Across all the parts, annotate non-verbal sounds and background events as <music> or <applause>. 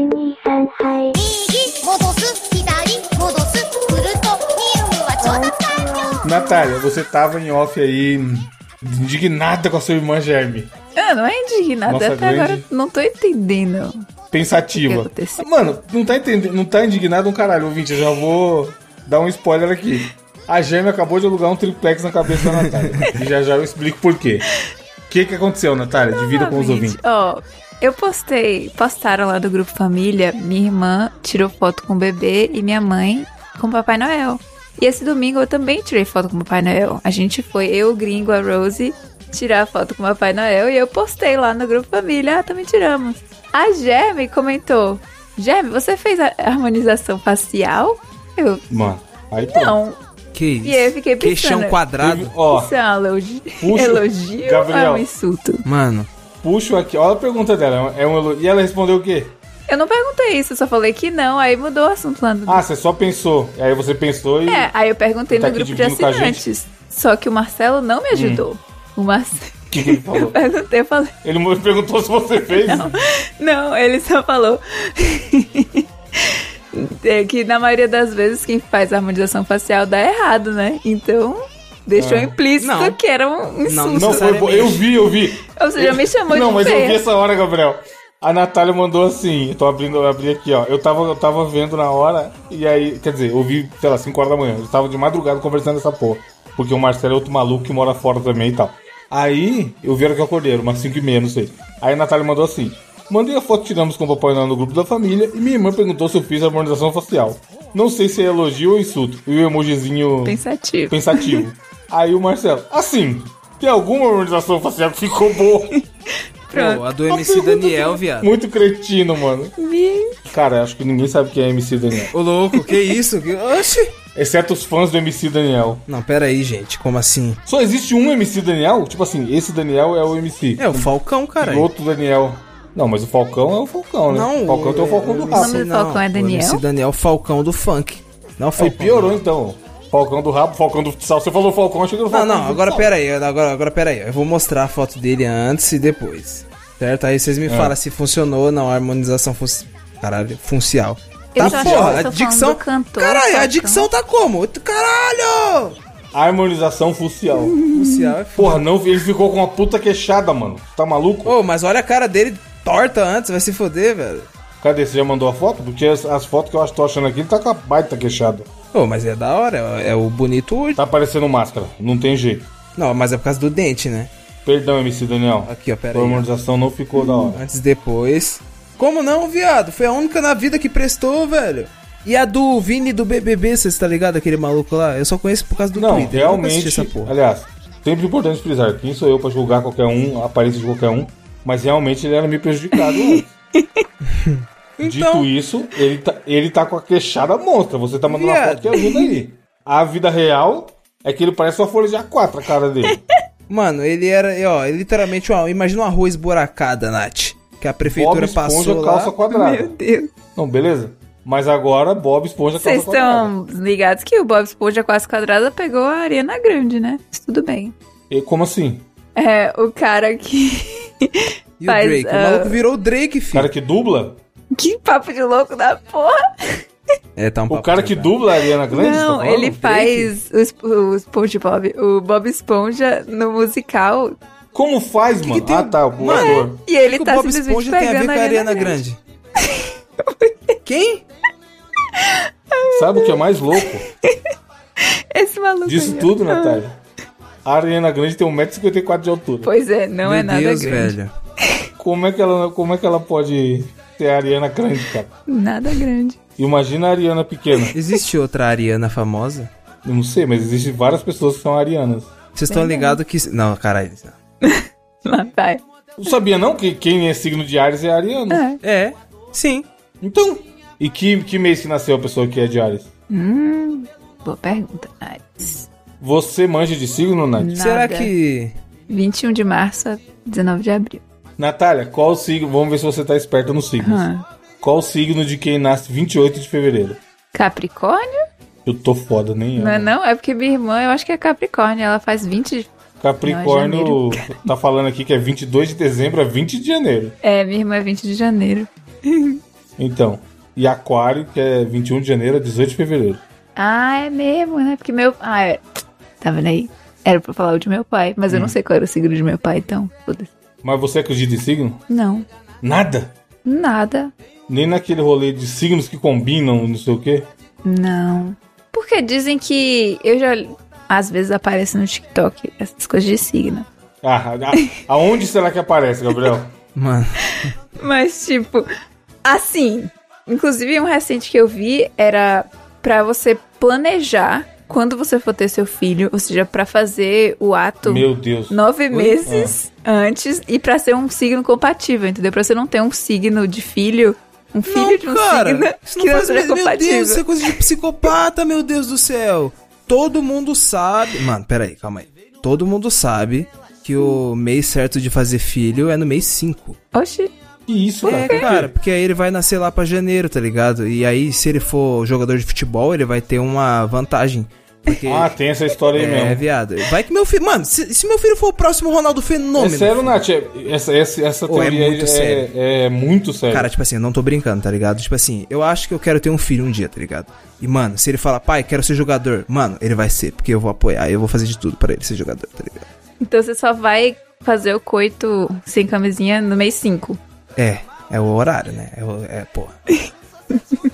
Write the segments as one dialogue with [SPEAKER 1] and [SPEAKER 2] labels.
[SPEAKER 1] 123杯
[SPEAKER 2] 右戻す左戻すするとニウムは超達完了
[SPEAKER 3] Natália, você tava em off aí indignada com a sua irmã Germe.
[SPEAKER 4] Ah, não é indignada.
[SPEAKER 3] Nossa,
[SPEAKER 4] Até
[SPEAKER 3] grande.
[SPEAKER 4] agora não tô entendendo. O que
[SPEAKER 3] Pensativa.
[SPEAKER 4] aconteceu?
[SPEAKER 3] Mano, não tá entendendo, não tá indignado um caralho, ouvinte. Eu já vou dar um spoiler aqui. A Germe acabou de alugar um triplex na cabeça da
[SPEAKER 4] <laughs>
[SPEAKER 3] Natália. e já já eu explico por quê. O que que aconteceu, Natália? Divida com os ouvintes.
[SPEAKER 4] Novamente, Ó, eu postei, postaram lá do grupo família, minha irmã tirou foto com o bebê e minha mãe com o Papai Noel. E esse domingo eu também tirei foto com o Papai Noel. A gente foi, eu, o gringo, a Rose, tirar foto com o Papai Noel e eu postei lá no grupo família, ah, também tiramos. A Germe comentou, Germe, você fez a harmonização facial? Eu,
[SPEAKER 3] Mano, aí pronto.
[SPEAKER 4] não,
[SPEAKER 5] Que isso?
[SPEAKER 4] E eu fiquei
[SPEAKER 5] Queixão
[SPEAKER 4] pensando.
[SPEAKER 5] quadrado.
[SPEAKER 3] Ó,
[SPEAKER 4] isso é um elogi-
[SPEAKER 3] Puxa,
[SPEAKER 4] <laughs> elogio ou é
[SPEAKER 3] Gabriel.
[SPEAKER 4] um insulto?
[SPEAKER 5] Mano,
[SPEAKER 3] puxo aqui. Olha a pergunta dela. É um elogio. E ela respondeu o quê?
[SPEAKER 4] Eu não perguntei isso, eu só falei que não, aí mudou o assunto lá no...
[SPEAKER 3] Ah, você só pensou. Aí você pensou e.
[SPEAKER 4] É, aí eu perguntei
[SPEAKER 3] Tá
[SPEAKER 4] no
[SPEAKER 3] aqui
[SPEAKER 4] grupo de
[SPEAKER 3] dividindo com a gente?
[SPEAKER 4] assinantes. Só que o Marcelo não me ajudou. O Marcelo.
[SPEAKER 3] O que, que ele
[SPEAKER 4] <laughs> Eu
[SPEAKER 3] falou?
[SPEAKER 4] perguntei, eu falei.
[SPEAKER 3] Ele <laughs> me perguntou se você fez.
[SPEAKER 4] Não, ele só falou. <laughs> é que na maioria das vezes quem faz a harmonização facial dá errado, né? Então. Deixou implícito
[SPEAKER 5] Não.
[SPEAKER 4] que era um insulto.
[SPEAKER 5] Não,
[SPEAKER 3] É. Não, foi bo- eu vi, eu vi.
[SPEAKER 4] Ou seja, me chamou
[SPEAKER 3] Não,
[SPEAKER 4] de
[SPEAKER 3] mas eu
[SPEAKER 4] feia.
[SPEAKER 3] vi essa hora, Gabriel. A Natália mandou assim, eu tô abrindo, eu abri aqui, ó. Eu tava, eu tava vendo na hora, e aí, quer dizer, eu vi, sei lá, 5 horas da manhã. Eu tava de madrugada conversando essa porra. Porque o Marcelo é outro maluco que mora fora também e tal. Aí, eu vi a hora que eu acordei, era umas 5 e meia, não sei. Aí a Natália mandou assim: Mandei a foto, tiramos com o Papai Noel no grupo da família, e minha irmã perguntou se eu fiz a harmonização facial. Não sei se é elogio ou insulto. E o emojizinho
[SPEAKER 4] Pensativo. <laughs>
[SPEAKER 3] pensativo. Aí o Marcelo, assim, tem alguma harmonização facial que ficou boa?
[SPEAKER 4] Pronto.
[SPEAKER 5] pô, a do MC Daniel, viado.
[SPEAKER 3] Muito cretino, mano.
[SPEAKER 4] Me-
[SPEAKER 3] Cara, acho que ninguém sabe quem é MC Daniel.
[SPEAKER 5] Ô louco, que isso? Que- Oxi!
[SPEAKER 3] Exceto os fãs do MC Daniel.
[SPEAKER 5] Não, pera aí, gente. Como assim?
[SPEAKER 3] Só existe um MC Daniel? Tipo assim, esse Daniel é o MC.
[SPEAKER 5] É o Falcão,
[SPEAKER 3] E
[SPEAKER 5] cara.
[SPEAKER 3] outro Daniel. Não, mas o Falcão é o Falcão, né?
[SPEAKER 5] Não,
[SPEAKER 3] o Falcão tem o Falcão do
[SPEAKER 4] O
[SPEAKER 3] Rabo.
[SPEAKER 4] nome do Falcão é Daniel?
[SPEAKER 5] O MC Daniel Falcão do Funk. Não,
[SPEAKER 3] Aí
[SPEAKER 5] Falcão. né?
[SPEAKER 3] piorou então. Falcão do Rabo, Falcão do Futsal. Você falou Falcão, achei que era o
[SPEAKER 5] Não,
[SPEAKER 3] Falcão.
[SPEAKER 5] não,
[SPEAKER 3] do
[SPEAKER 5] agora
[SPEAKER 3] futsal.
[SPEAKER 5] pera aí, agora, agora pera aí. Eu vou mostrar a foto dele antes e depois. Certo? Aí
[SPEAKER 3] É.
[SPEAKER 5] vocês me falam se funcionou ou não a harmonização funci... Caralho, funcial.
[SPEAKER 4] Eu
[SPEAKER 5] tá
[SPEAKER 4] já
[SPEAKER 5] porra,
[SPEAKER 4] achava que
[SPEAKER 5] a
[SPEAKER 4] eu tô falando
[SPEAKER 5] dicção.
[SPEAKER 4] do cantor,
[SPEAKER 5] Caralho, a
[SPEAKER 4] Falcão.
[SPEAKER 5] dicção tá como? Caralho!
[SPEAKER 3] Harmonização Fucial.
[SPEAKER 5] Funcial é foda.
[SPEAKER 3] Porra, não, ele ficou com uma puta queixada, mano. Tá maluco?
[SPEAKER 5] Ô, mas olha a cara dele torta antes, vai se foder, velho.
[SPEAKER 3] Cadê? Você já mandou a foto? Porque as, as fotos que eu acho tô achando aqui, ele tá com a baita queixada.
[SPEAKER 5] Ô, mas é da hora, é o bonito. hoje.
[SPEAKER 3] Tá parecendo máscara, não tem jeito.
[SPEAKER 5] Não, mas é por causa do dente, né?
[SPEAKER 3] Perdão, MC Daniel.
[SPEAKER 5] Aqui, ó, pera
[SPEAKER 3] A
[SPEAKER 5] aí. É,
[SPEAKER 3] harmonização não ficou da hora.
[SPEAKER 5] Antes e depois. Como não, viado? Foi a única na vida que prestou, velho. E a do Vini do BBB, você tá ligado? Aquele maluco lá? Eu só conheço por causa do
[SPEAKER 3] Não,
[SPEAKER 5] Twitter. eu nunca
[SPEAKER 3] realmente.
[SPEAKER 5] assisti Essa porra.
[SPEAKER 3] Aliás, sempre importante frisar: quem sou eu pra julgar qualquer um, a aparência de qualquer um, mas realmente ele era meio
[SPEAKER 5] <laughs>
[SPEAKER 3] prejudicado. né? Dito
[SPEAKER 5] Então,
[SPEAKER 3] isso, ele tá, ele tá com a queixada monstra. Você tá mandando uma
[SPEAKER 5] Viado.
[SPEAKER 3] foto que ajuda aí. A vida real é que ele parece uma folha de A4, a cara
[SPEAKER 5] <laughs>
[SPEAKER 3] dele.
[SPEAKER 5] mano, ele era, ó, ele literalmente, ó, imagina uma rua esburacada, Nath. Que a
[SPEAKER 3] Bob
[SPEAKER 5] prefeitura
[SPEAKER 3] Esponja,
[SPEAKER 5] passou lá.
[SPEAKER 3] calça quadrada.
[SPEAKER 4] Meu Deus.
[SPEAKER 3] Não, beleza. Mas agora Bob Esponja calça
[SPEAKER 4] Vocês
[SPEAKER 3] quadrada.
[SPEAKER 4] estão ligados que o Bob Esponja quase quadrada pegou a Arena Grande, né? Mas tudo bem.
[SPEAKER 3] E como assim?
[SPEAKER 4] É, o cara que. <laughs>
[SPEAKER 5] E o
[SPEAKER 4] faz,
[SPEAKER 5] Drake. O
[SPEAKER 4] ah,
[SPEAKER 5] maluco virou o Drake,
[SPEAKER 3] O
[SPEAKER 5] filho.
[SPEAKER 3] cara que dubla?
[SPEAKER 4] Que papo de louco da porra!
[SPEAKER 5] É, tá um
[SPEAKER 3] O
[SPEAKER 5] papo
[SPEAKER 3] cara que
[SPEAKER 5] pesado.
[SPEAKER 3] dubla a Ariana
[SPEAKER 5] é
[SPEAKER 3] Grande? você tá
[SPEAKER 4] Não,
[SPEAKER 3] falando?
[SPEAKER 4] ele faz o, Sp- o SpongeBob, o Bob Esponja no musical.
[SPEAKER 3] Como faz, mano?
[SPEAKER 5] tem- um
[SPEAKER 3] Ah, tá, o
[SPEAKER 5] Mano,
[SPEAKER 3] ator.
[SPEAKER 4] E ele
[SPEAKER 5] que o
[SPEAKER 4] tá
[SPEAKER 5] Bob
[SPEAKER 4] simplesmente
[SPEAKER 5] Esponja tem a ver
[SPEAKER 4] pegando
[SPEAKER 5] com a Ariana Grande?
[SPEAKER 4] <laughs>
[SPEAKER 5] Quem?
[SPEAKER 3] Sabe o que é mais louco?
[SPEAKER 4] Esse maluco.
[SPEAKER 3] Disso
[SPEAKER 4] aí, ó.
[SPEAKER 3] tudo, Natália. A Ariana Grande tem 1,54m de altura.
[SPEAKER 4] Pois é, não é nada
[SPEAKER 5] Deus,
[SPEAKER 4] grande.
[SPEAKER 5] velho.
[SPEAKER 3] Como é, que ela, como é que ela pode ser a Ariana Grande, cara?
[SPEAKER 4] Nada grande.
[SPEAKER 3] Imagina a Ariana pequena.
[SPEAKER 5] Existe outra Ariana famosa?
[SPEAKER 3] Eu não sei, mas existem várias pessoas que são arianas.
[SPEAKER 5] Vocês estão
[SPEAKER 4] né?
[SPEAKER 5] ligados que. Não, caralho.
[SPEAKER 4] Lá vai.
[SPEAKER 3] Não sabia não que quem é signo de Ares é ariano?
[SPEAKER 4] É.
[SPEAKER 5] É, sim.
[SPEAKER 3] Então, e que, que mês que nasceu a pessoa que é de Ares?
[SPEAKER 4] Hum, boa pergunta. Ai,
[SPEAKER 3] Você manja de signo,
[SPEAKER 4] Hum.
[SPEAKER 3] Nath?
[SPEAKER 5] Será
[SPEAKER 4] nada.
[SPEAKER 5] que.
[SPEAKER 4] 21 de março a 19 de abril.
[SPEAKER 3] Natália, qual o signo? Vamos ver se você tá esperta nos signos.
[SPEAKER 4] Ah,
[SPEAKER 3] Qual o signo de quem nasce 28 de fevereiro?
[SPEAKER 4] Capricórnio?
[SPEAKER 3] Eu tô foda, nem eu.
[SPEAKER 4] Não é não? É porque minha irmã, eu acho que é Capricórnio, ela faz 20 de...
[SPEAKER 3] Capricórnio tá falando aqui que é 22 de dezembro a 20 de janeiro.
[SPEAKER 4] É, minha irmã é 20 de janeiro.
[SPEAKER 3] Então, e Aquário, que é 21 de janeiro a 18 de fevereiro.
[SPEAKER 4] Ah, é mesmo, né? Porque meu. Ah, é. Tá vendo aí? Era pra falar o de meu pai, mas eu não sei qual era o signo de meu pai, então. Foda-se.
[SPEAKER 3] Mas você acredita em signo?
[SPEAKER 4] Não.
[SPEAKER 3] Nada!
[SPEAKER 4] Nada.
[SPEAKER 3] Nem naquele rolê de signos que combinam, não sei o quê.
[SPEAKER 4] Não. Porque dizem que eu já. Às vezes aparece no TikTok essas coisas de signo.
[SPEAKER 3] Ah, a- aonde será que aparece, Gabriel?
[SPEAKER 5] Mano.
[SPEAKER 4] Mas, tipo, assim. Inclusive, um recente que eu vi era pra você planejar quando você for ter seu filho, ou seja, pra fazer o ato
[SPEAKER 3] Meu Deus.
[SPEAKER 4] nove meses
[SPEAKER 5] Ah.
[SPEAKER 4] antes e pra ser um signo compatível, entendeu? Pra você não ter um signo de filho, um filho
[SPEAKER 5] não,
[SPEAKER 4] de um
[SPEAKER 5] cara,
[SPEAKER 4] signo <laughs>
[SPEAKER 5] isso
[SPEAKER 4] que
[SPEAKER 5] não
[SPEAKER 4] não
[SPEAKER 5] faz
[SPEAKER 4] seja
[SPEAKER 5] mais- Meu
[SPEAKER 4] compatível.
[SPEAKER 5] Deus, isso é coisa de psicopata, meu Deus do céu. Todo mundo sabe. Mano, peraí, calma aí. Todo mundo sabe que o mês certo de fazer filho é no mês 5.
[SPEAKER 4] Oxi,
[SPEAKER 3] Que isso, cara?
[SPEAKER 5] É, cara, porque aí ele vai nascer lá pra janeiro, tá ligado? E aí, se ele for jogador de futebol, ele vai ter uma vantagem. Porque.
[SPEAKER 3] Ah, tem essa história aí
[SPEAKER 5] é,
[SPEAKER 3] mesmo.
[SPEAKER 5] viado. Vai que meu filho. Mano, se, se meu filho for o próximo Ronaldo
[SPEAKER 3] É
[SPEAKER 5] Fenômeno.
[SPEAKER 3] sério, Nath? é- Essa, essa, essa
[SPEAKER 5] Ou é
[SPEAKER 3] teoria aí
[SPEAKER 5] muito sério.
[SPEAKER 3] é, é muito sério.
[SPEAKER 5] Cara, tipo assim, eu não tô brincando, tá ligado? Tipo assim, eu acho que eu quero ter um filho um dia, tá ligado? E, mano, se ele fala, pai, quero ser jogador, mano, ele vai ser, porque eu vou apoiar, eu vou fazer de tudo pra ele ser jogador, tá ligado?
[SPEAKER 4] então você só vai fazer o coito sem camisinha no mês 5.
[SPEAKER 5] É, é o horário, né? É, o- é
[SPEAKER 3] <laughs>
[SPEAKER 5] porra.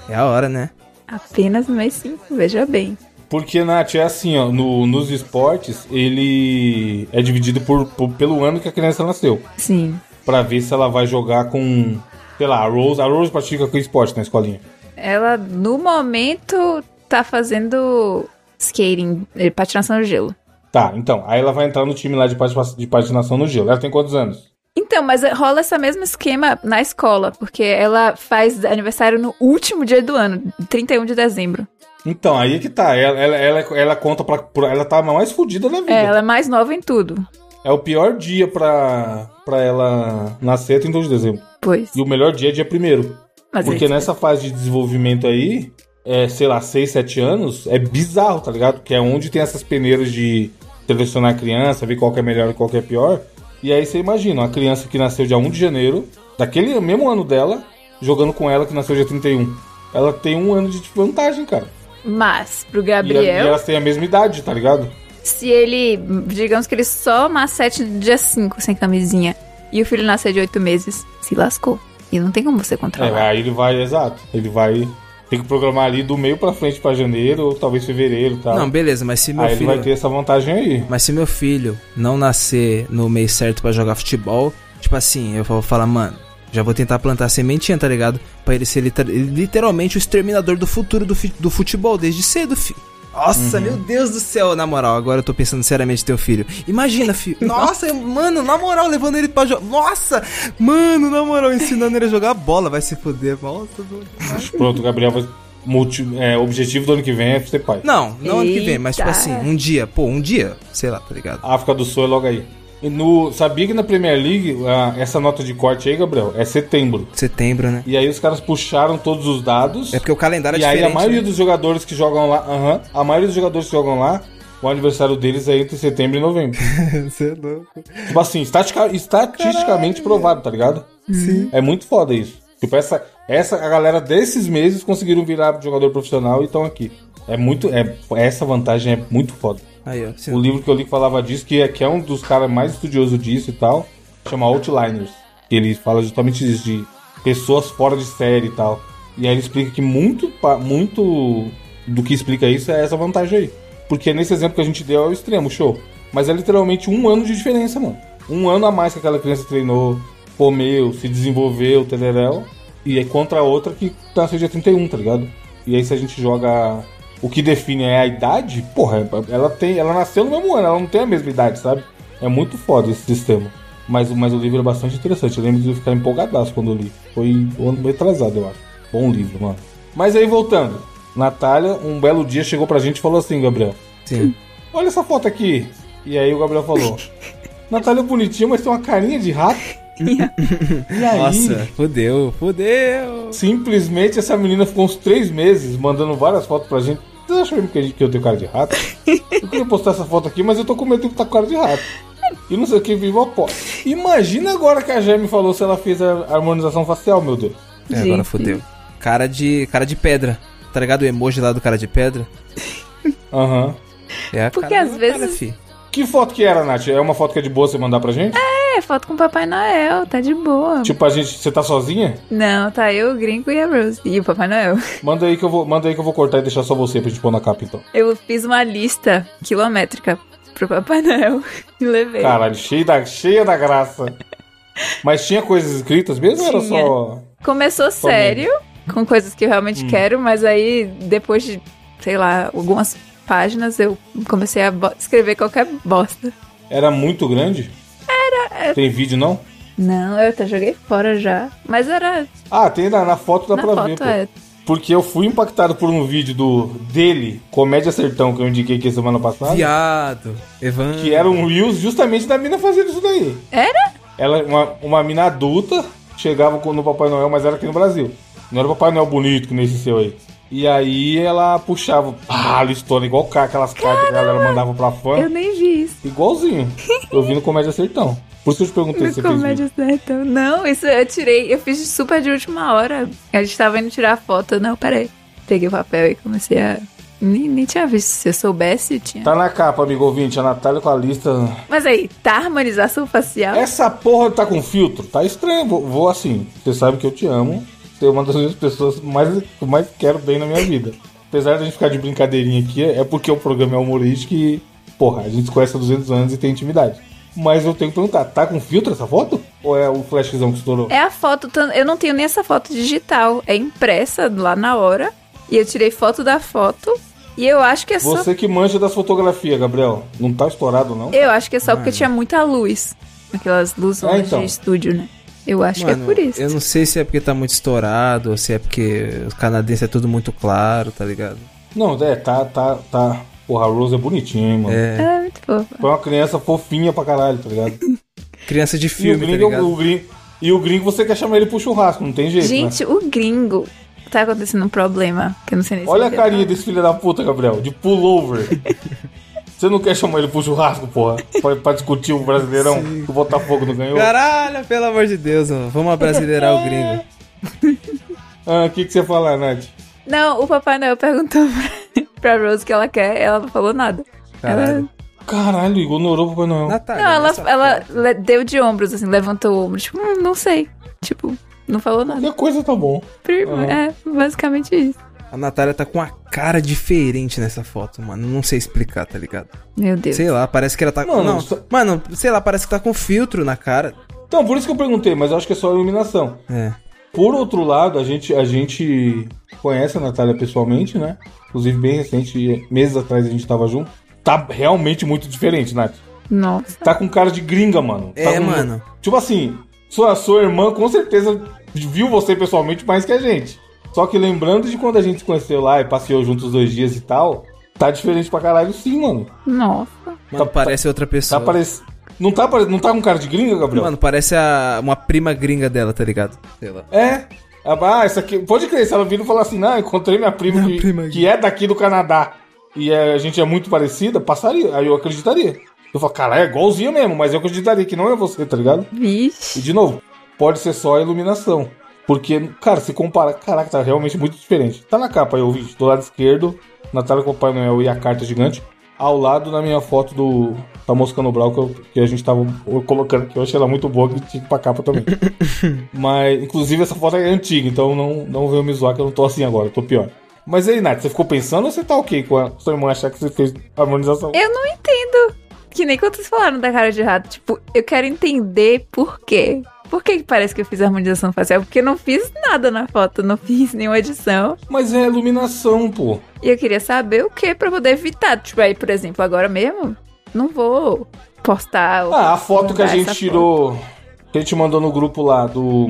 [SPEAKER 5] é a hora, né?
[SPEAKER 4] Apenas no mês 5, veja bem.
[SPEAKER 3] Porque, Nath, é assim, ó, no- nos esportes, ele é dividido por, por- pelo ano que a criança nasceu.
[SPEAKER 4] Sim.
[SPEAKER 3] Pra ver se ela vai jogar com, sei lá, a Rose. A Rose pratica com esporte na escolinha.
[SPEAKER 4] Ela, no momento, tá fazendo skating, eh, patinação no gelo.
[SPEAKER 3] Tá, então. Aí ela vai entrar no time lá de, patina- de patinação no gelo. Ela tem quantos anos?
[SPEAKER 4] Então, mas rola esse mesmo esquema na escola, porque ela faz aniversário no último dia do ano, 31 de dezembro.
[SPEAKER 3] Então, aí que tá. Ela, ela, ela, ela conta pra, pra- Ela tá mais fodida da vida.
[SPEAKER 4] É, ela é mais nova em tudo.
[SPEAKER 3] É o pior dia pra, pra ela nascer, é 32 de dezembro.
[SPEAKER 4] Pois.
[SPEAKER 3] E o melhor dia é dia 1
[SPEAKER 4] Mas é
[SPEAKER 3] Porque né?
[SPEAKER 4] aí-
[SPEAKER 3] nessa fase de desenvolvimento aí, é, sei lá, 6, 7 anos, é bizarro, tá ligado? Que é onde tem essas peneiras de selecionar a criança, ver qual que é melhor e qual que é pior. E aí você imagina, uma criança que nasceu dia 1 de janeiro, daquele mesmo ano dela, jogando com ela que nasceu dia 31. Ela tem um ano de vantagem, cara.
[SPEAKER 4] Mas, pro
[SPEAKER 3] E, a- e
[SPEAKER 4] Gabriel,
[SPEAKER 3] elas têm a mesma idade, tá ligado?
[SPEAKER 4] se ele, digamos que ele só macete no dia 5 sem camisinha e o filho nascer de 8 meses, se lascou. E não tem como você
[SPEAKER 3] É,
[SPEAKER 4] controlar.
[SPEAKER 3] aí ele vai, exato. Ele vai. Tem que programar ali do meio pra frente pra janeiro, ou talvez fevereiro e tal.
[SPEAKER 5] Não, beleza, mas se meu
[SPEAKER 3] Tá. aí ele
[SPEAKER 5] filho.
[SPEAKER 3] vai ter essa vantagem aí.
[SPEAKER 5] Mas se meu filho não nascer no mês certo pra jogar futebol, tipo assim, eu vou falar, mano, já vou tentar plantar sementinha, tá ligado? Pra ele ser liter- literalmente o exterminador do futuro do, fi- do futebol, desde cedo, filho.
[SPEAKER 3] Uhum.
[SPEAKER 5] Nossa, meu Deus do céu, na moral, agora eu tô pensando seriamente em teu filho. Imagina,
[SPEAKER 3] <laughs>
[SPEAKER 5] filho. Nossa, eu- mano, na moral, levando ele pra jogar. Nossa, mano, na moral, ensinando ele a jogar bola, vai se foder. Nossa, mano.
[SPEAKER 3] Pronto, o Gabriel vai. multi- é, objetivo do ano que vem é ser pai.
[SPEAKER 5] Não, não ano que vem, mas tipo
[SPEAKER 4] Eita.
[SPEAKER 5] assim, um dia, pô, um dia, sei lá, tá ligado?
[SPEAKER 3] A África do Sul é logo aí. E no, sabia que na Premier League, a- essa nota de corte aí, Gabriel, é setembro.
[SPEAKER 5] Setembro, né?
[SPEAKER 3] E aí os caras puxaram todos os dados.
[SPEAKER 5] É porque o calendário é
[SPEAKER 3] e aí a
[SPEAKER 5] diferente.
[SPEAKER 3] maioria
[SPEAKER 5] né?
[SPEAKER 3] dos jogadores que jogam lá, aham, a maioria dos jogadores que jogam lá, o aniversário deles é entre setembro e novembro. <laughs>
[SPEAKER 5] Você é louco.
[SPEAKER 3] Tipo assim, estatica- estatisticamente provado, tá ligado?
[SPEAKER 4] Uhum.
[SPEAKER 5] Uhum.
[SPEAKER 3] Sim. É muito foda isso. Tipo, essa, essa a galera desses meses conseguiram virar jogador profissional e estão aqui. É muito. É, essa vantagem é muito foda.
[SPEAKER 5] Aí, ó. você-
[SPEAKER 3] O livro que eu li que falava disso, que é, que é um dos caras mais estudiosos disso e tal, chama Outliners. Que ele fala justamente disso, de pessoas fora de série e tal. E aí ele explica que muito, pa- muito do que explica isso é essa vantagem aí. Porque nesse exemplo que a gente deu é o extremo, show. Mas é literalmente um ano de diferença, mano. Um ano a mais que aquela criança treinou, comeu, se desenvolveu, tereréu. E é contra a outra que nasceu dia 31, tá ligado? E aí se a gente joga. O que define é a idade, porra, ela tem. Ela nasceu no mesmo ano, ela não tem a mesma idade, sabe? É muito foda esse sistema. Mas, o- mas o livro é bastante interessante. Eu lembro de eu ficar empolgadaço quando eu li. Foi um ano meio atrasado, eu acho. Bom livro, mano. Mas aí voltando. Natália, um belo dia, chegou pra gente e falou assim, Gabriel.
[SPEAKER 5] Sim.
[SPEAKER 3] Olha essa foto aqui. E aí o Gabriel falou. Natália é bonitinha, mas tem uma carinha de rato. <laughs> e é aí,
[SPEAKER 5] Nossa, fodeu, fodeu.
[SPEAKER 3] Simplesmente essa menina ficou uns três meses mandando várias fotos pra gente. Vocês acham mesmo que a gente- que eu tenho cara de rato? Eu queria postar essa foto aqui, mas eu tô com medo de tá com cara de rato. E não sei o que, viva a pó. Imagina agora que a Jaime falou se ela fez a harmonização facial, meu Deus.
[SPEAKER 5] É, agora fodeu. cara de cara de pedra. Tá ligado o emoji lá do cara de pedra?
[SPEAKER 3] Aham.
[SPEAKER 5] É a
[SPEAKER 4] Porque
[SPEAKER 5] cara
[SPEAKER 4] às
[SPEAKER 5] do
[SPEAKER 4] vezes-
[SPEAKER 5] fi.
[SPEAKER 3] Que foto que era, Nath? É uma foto que é de boa você mandar pra gente?
[SPEAKER 4] É, foto com Papai Noel, tá de boa.
[SPEAKER 3] Tipo, a gente. Você tá sozinha?
[SPEAKER 4] Não, tá eu, o Gringo e a Rose. E o Papai Noel.
[SPEAKER 3] Manda aí que eu vou, manda aí que eu vou cortar e deixar só você pra gente pôr na capa, então.
[SPEAKER 4] Eu fiz uma lista quilométrica pro Papai Noel <laughs> e levei.
[SPEAKER 3] Caralho, cheia da, cheia da graça. Mas tinha coisas escritas mesmo ou era
[SPEAKER 4] Tinha.
[SPEAKER 3] só.
[SPEAKER 4] Começou sério, com coisas que eu realmente
[SPEAKER 3] Hum.
[SPEAKER 4] quero, mas aí depois de, sei lá, algumas páginas eu comecei a bo- escrever qualquer bosta.
[SPEAKER 3] Era muito grande?
[SPEAKER 4] é.
[SPEAKER 3] Era. Tem vídeo não?
[SPEAKER 4] Não, eu até joguei fora já. Mas era
[SPEAKER 3] Ah, tem na, na foto dá
[SPEAKER 4] na
[SPEAKER 3] pra
[SPEAKER 4] foto,
[SPEAKER 3] ver. pô.
[SPEAKER 4] é.
[SPEAKER 3] Porque eu fui impactado por um vídeo do dele, Comédia Sertão, que eu indiquei aqui semana passada.
[SPEAKER 5] Viado. Evan.
[SPEAKER 3] Que era um Reels justamente da mina fazendo isso daí.
[SPEAKER 4] Era?
[SPEAKER 3] Ela, uma, uma mina adulta, chegava com- no Papai Noel, mas era aqui no Brasil. Não era o Papai Noel bonito, que nem esse seu aí. E aí ela puxava, pá, listona, igual ca- aquelas cartas que a galera mandava pra fã.
[SPEAKER 4] é. Eu nem vi isso.
[SPEAKER 3] Igualzinho. Eu vi no Comédia Sertão. Por isso que eu te perguntei
[SPEAKER 4] No
[SPEAKER 3] se você fez vídeo.
[SPEAKER 4] Comédia Sertão. Não, isso eu tirei. Eu fiz super de última hora. A gente tava indo tirar a foto. Não, peraí. Peguei o papel e comecei a. Nem, nem tinha visto. Se eu soubesse, tinha.
[SPEAKER 3] Tá na capa, amigo ouvinte, a Natália com a lista.
[SPEAKER 4] Mas aí, tá harmonização facial?
[SPEAKER 3] Essa porra tá com filtro? Tá estranho. Vou, vou assim. Você sabe que eu te amo. Você é uma das pessoas mais, que eu mais quero bem na minha vida. Apesar de a gente ficar de brincadeirinha aqui, é porque o programa é humorístico e, porra, a gente se conhece há 200 anos e tem intimidade. Mas eu tenho que perguntar, tá com filtro essa foto? Ou é o flashzão que estourou?
[SPEAKER 4] É a foto. tan- Eu não tenho nem essa foto digital. É impressa lá na hora. E eu tirei foto da foto. E eu acho que é só.
[SPEAKER 3] Você que manja das fotografias, Gabriel. Não tá estourado, não?
[SPEAKER 4] Eu acho que é só porque tinha muita luz. Aquelas
[SPEAKER 3] É,
[SPEAKER 4] luzonas
[SPEAKER 3] então.
[SPEAKER 4] de estúdio, né? Eu acho
[SPEAKER 5] Mano,
[SPEAKER 4] que é por isso.
[SPEAKER 5] Eu não sei se é porque tá muito estourado, ou se é porque os canadenses é tudo muito claro, tá ligado?
[SPEAKER 3] Não, é, tá, tá, tá. Porra, a Rose é bonitinha, hein, mano.
[SPEAKER 5] É.
[SPEAKER 4] É muito fofa.
[SPEAKER 3] Foi uma criança fofinha pra caralho, tá ligado?
[SPEAKER 5] Criança de
[SPEAKER 3] E o
[SPEAKER 5] filme, tá
[SPEAKER 3] gringo,
[SPEAKER 5] ligado?
[SPEAKER 3] o gringo, e o gringo você quer chamar ele pro churrasco, não tem jeito. né?
[SPEAKER 4] Gente, o gringo. Tá acontecendo um problema que eu não sei nem é
[SPEAKER 3] Olha a
[SPEAKER 4] explicar.
[SPEAKER 3] carinha desse filho da puta, Gabriel, de
[SPEAKER 5] <laughs>
[SPEAKER 3] pullover. você não quer chamar ele pro churrasco, porra? Pra, pra discutir o brasileirão que o Botafogo não ganhou?
[SPEAKER 5] Caralho, pelo amor de Deus, mano. Vamos abrasileirar o gringo.
[SPEAKER 3] Ah, O que, que você fala, Nath?
[SPEAKER 4] Não, o Papai Noel perguntou <laughs> pra, pra Rose o que ela quer, ela não falou nada.
[SPEAKER 5] Caralho.
[SPEAKER 3] Caralho, ignorou o Papai Noel.
[SPEAKER 5] Natália.
[SPEAKER 4] Não, ela,
[SPEAKER 5] nessa
[SPEAKER 4] ela le- deu de ombros, assim, levantou o ombro, tipo, hum, não sei. Tipo, não falou nada.
[SPEAKER 3] Qualquer coisa tá bom.
[SPEAKER 4] Prima,
[SPEAKER 3] Uhum.
[SPEAKER 4] É, basicamente isso.
[SPEAKER 5] A Natália tá com uma cara diferente nessa foto, mano. Não sei explicar, tá ligado?
[SPEAKER 4] Meu Deus.
[SPEAKER 5] Sei lá, parece que ela tá com.
[SPEAKER 3] Mano,
[SPEAKER 5] Não,
[SPEAKER 3] só-
[SPEAKER 5] mano, sei lá, parece que tá com filtro na cara.
[SPEAKER 3] Então, por isso que eu perguntei, mas eu acho que é só iluminação.
[SPEAKER 5] É.
[SPEAKER 3] Por outro lado, a gente, a gente conhece a Natália pessoalmente, né? Inclusive, bem recente, meses atrás a gente tava junto. Tá realmente muito diferente, Nath.
[SPEAKER 4] Nossa.
[SPEAKER 3] Tá com cara de gringa, mano. Tá
[SPEAKER 5] É,
[SPEAKER 3] com-
[SPEAKER 5] mano.
[SPEAKER 3] Tipo assim, sua, sua irmã com certeza viu você pessoalmente mais que a gente. Só que lembrando de quando a gente se conheceu lá e passeou juntos dois dias e tal, tá diferente pra caralho sim, mano.
[SPEAKER 4] Nossa.
[SPEAKER 5] Mano,
[SPEAKER 3] Tá-
[SPEAKER 5] parece outra
[SPEAKER 3] Tá
[SPEAKER 5] pessoa.
[SPEAKER 3] parec... não, tá pare... não tá com cara de gringa, Gabriel?
[SPEAKER 5] Mano, parece a... uma prima gringa dela, tá ligado? Sei lá.
[SPEAKER 3] É. Ah, essa aqui. Pode crer, se ela vir e falar assim, não, encontrei minha prima,
[SPEAKER 5] Minha
[SPEAKER 3] que,
[SPEAKER 5] prima.
[SPEAKER 3] que é daqui do Canadá e é- a gente é muito parecida, passaria. Aí eu acreditaria. Eu falo, caralho, é igualzinho mesmo, mas eu acreditaria que não é você, tá ligado? E
[SPEAKER 4] Vixe.
[SPEAKER 3] de novo, pode ser só a iluminação. Porque, cara, se compara. Caraca, tá realmente muito diferente. Tá na capa aí, ouvinte. Do lado esquerdo, Natália com o Papai Noel e a carta gigante. Ao lado, na minha foto do da Mosca no Brau, que, eu- que a gente tava colocando, que eu achei ela muito boa, que tinha que ir pra capa também. Mas, inclusive, essa foto é antiga, então não, não venham me zoar que eu não tô assim agora, eu tô pior. Mas aí, Nath, você ficou pensando ou você tá ok com a sua irmã achar que você fez harmonização?
[SPEAKER 4] Eu não entendo. Que nem quando vocês falaram da cara de rato. Tipo, eu quero entender por quê. Por que, que parece que eu fiz harmonização facial? Porque eu não fiz nada na foto, não fiz nenhuma edição.
[SPEAKER 3] Mas é a iluminação, pô.
[SPEAKER 4] E eu queria saber o que pra poder evitar. Tipo, aí, por exemplo, agora mesmo, não vou postar. ou
[SPEAKER 3] Ah, a foto que a
[SPEAKER 4] mandar
[SPEAKER 3] gente
[SPEAKER 4] essa
[SPEAKER 3] tirou, que a gente mandou no grupo lá do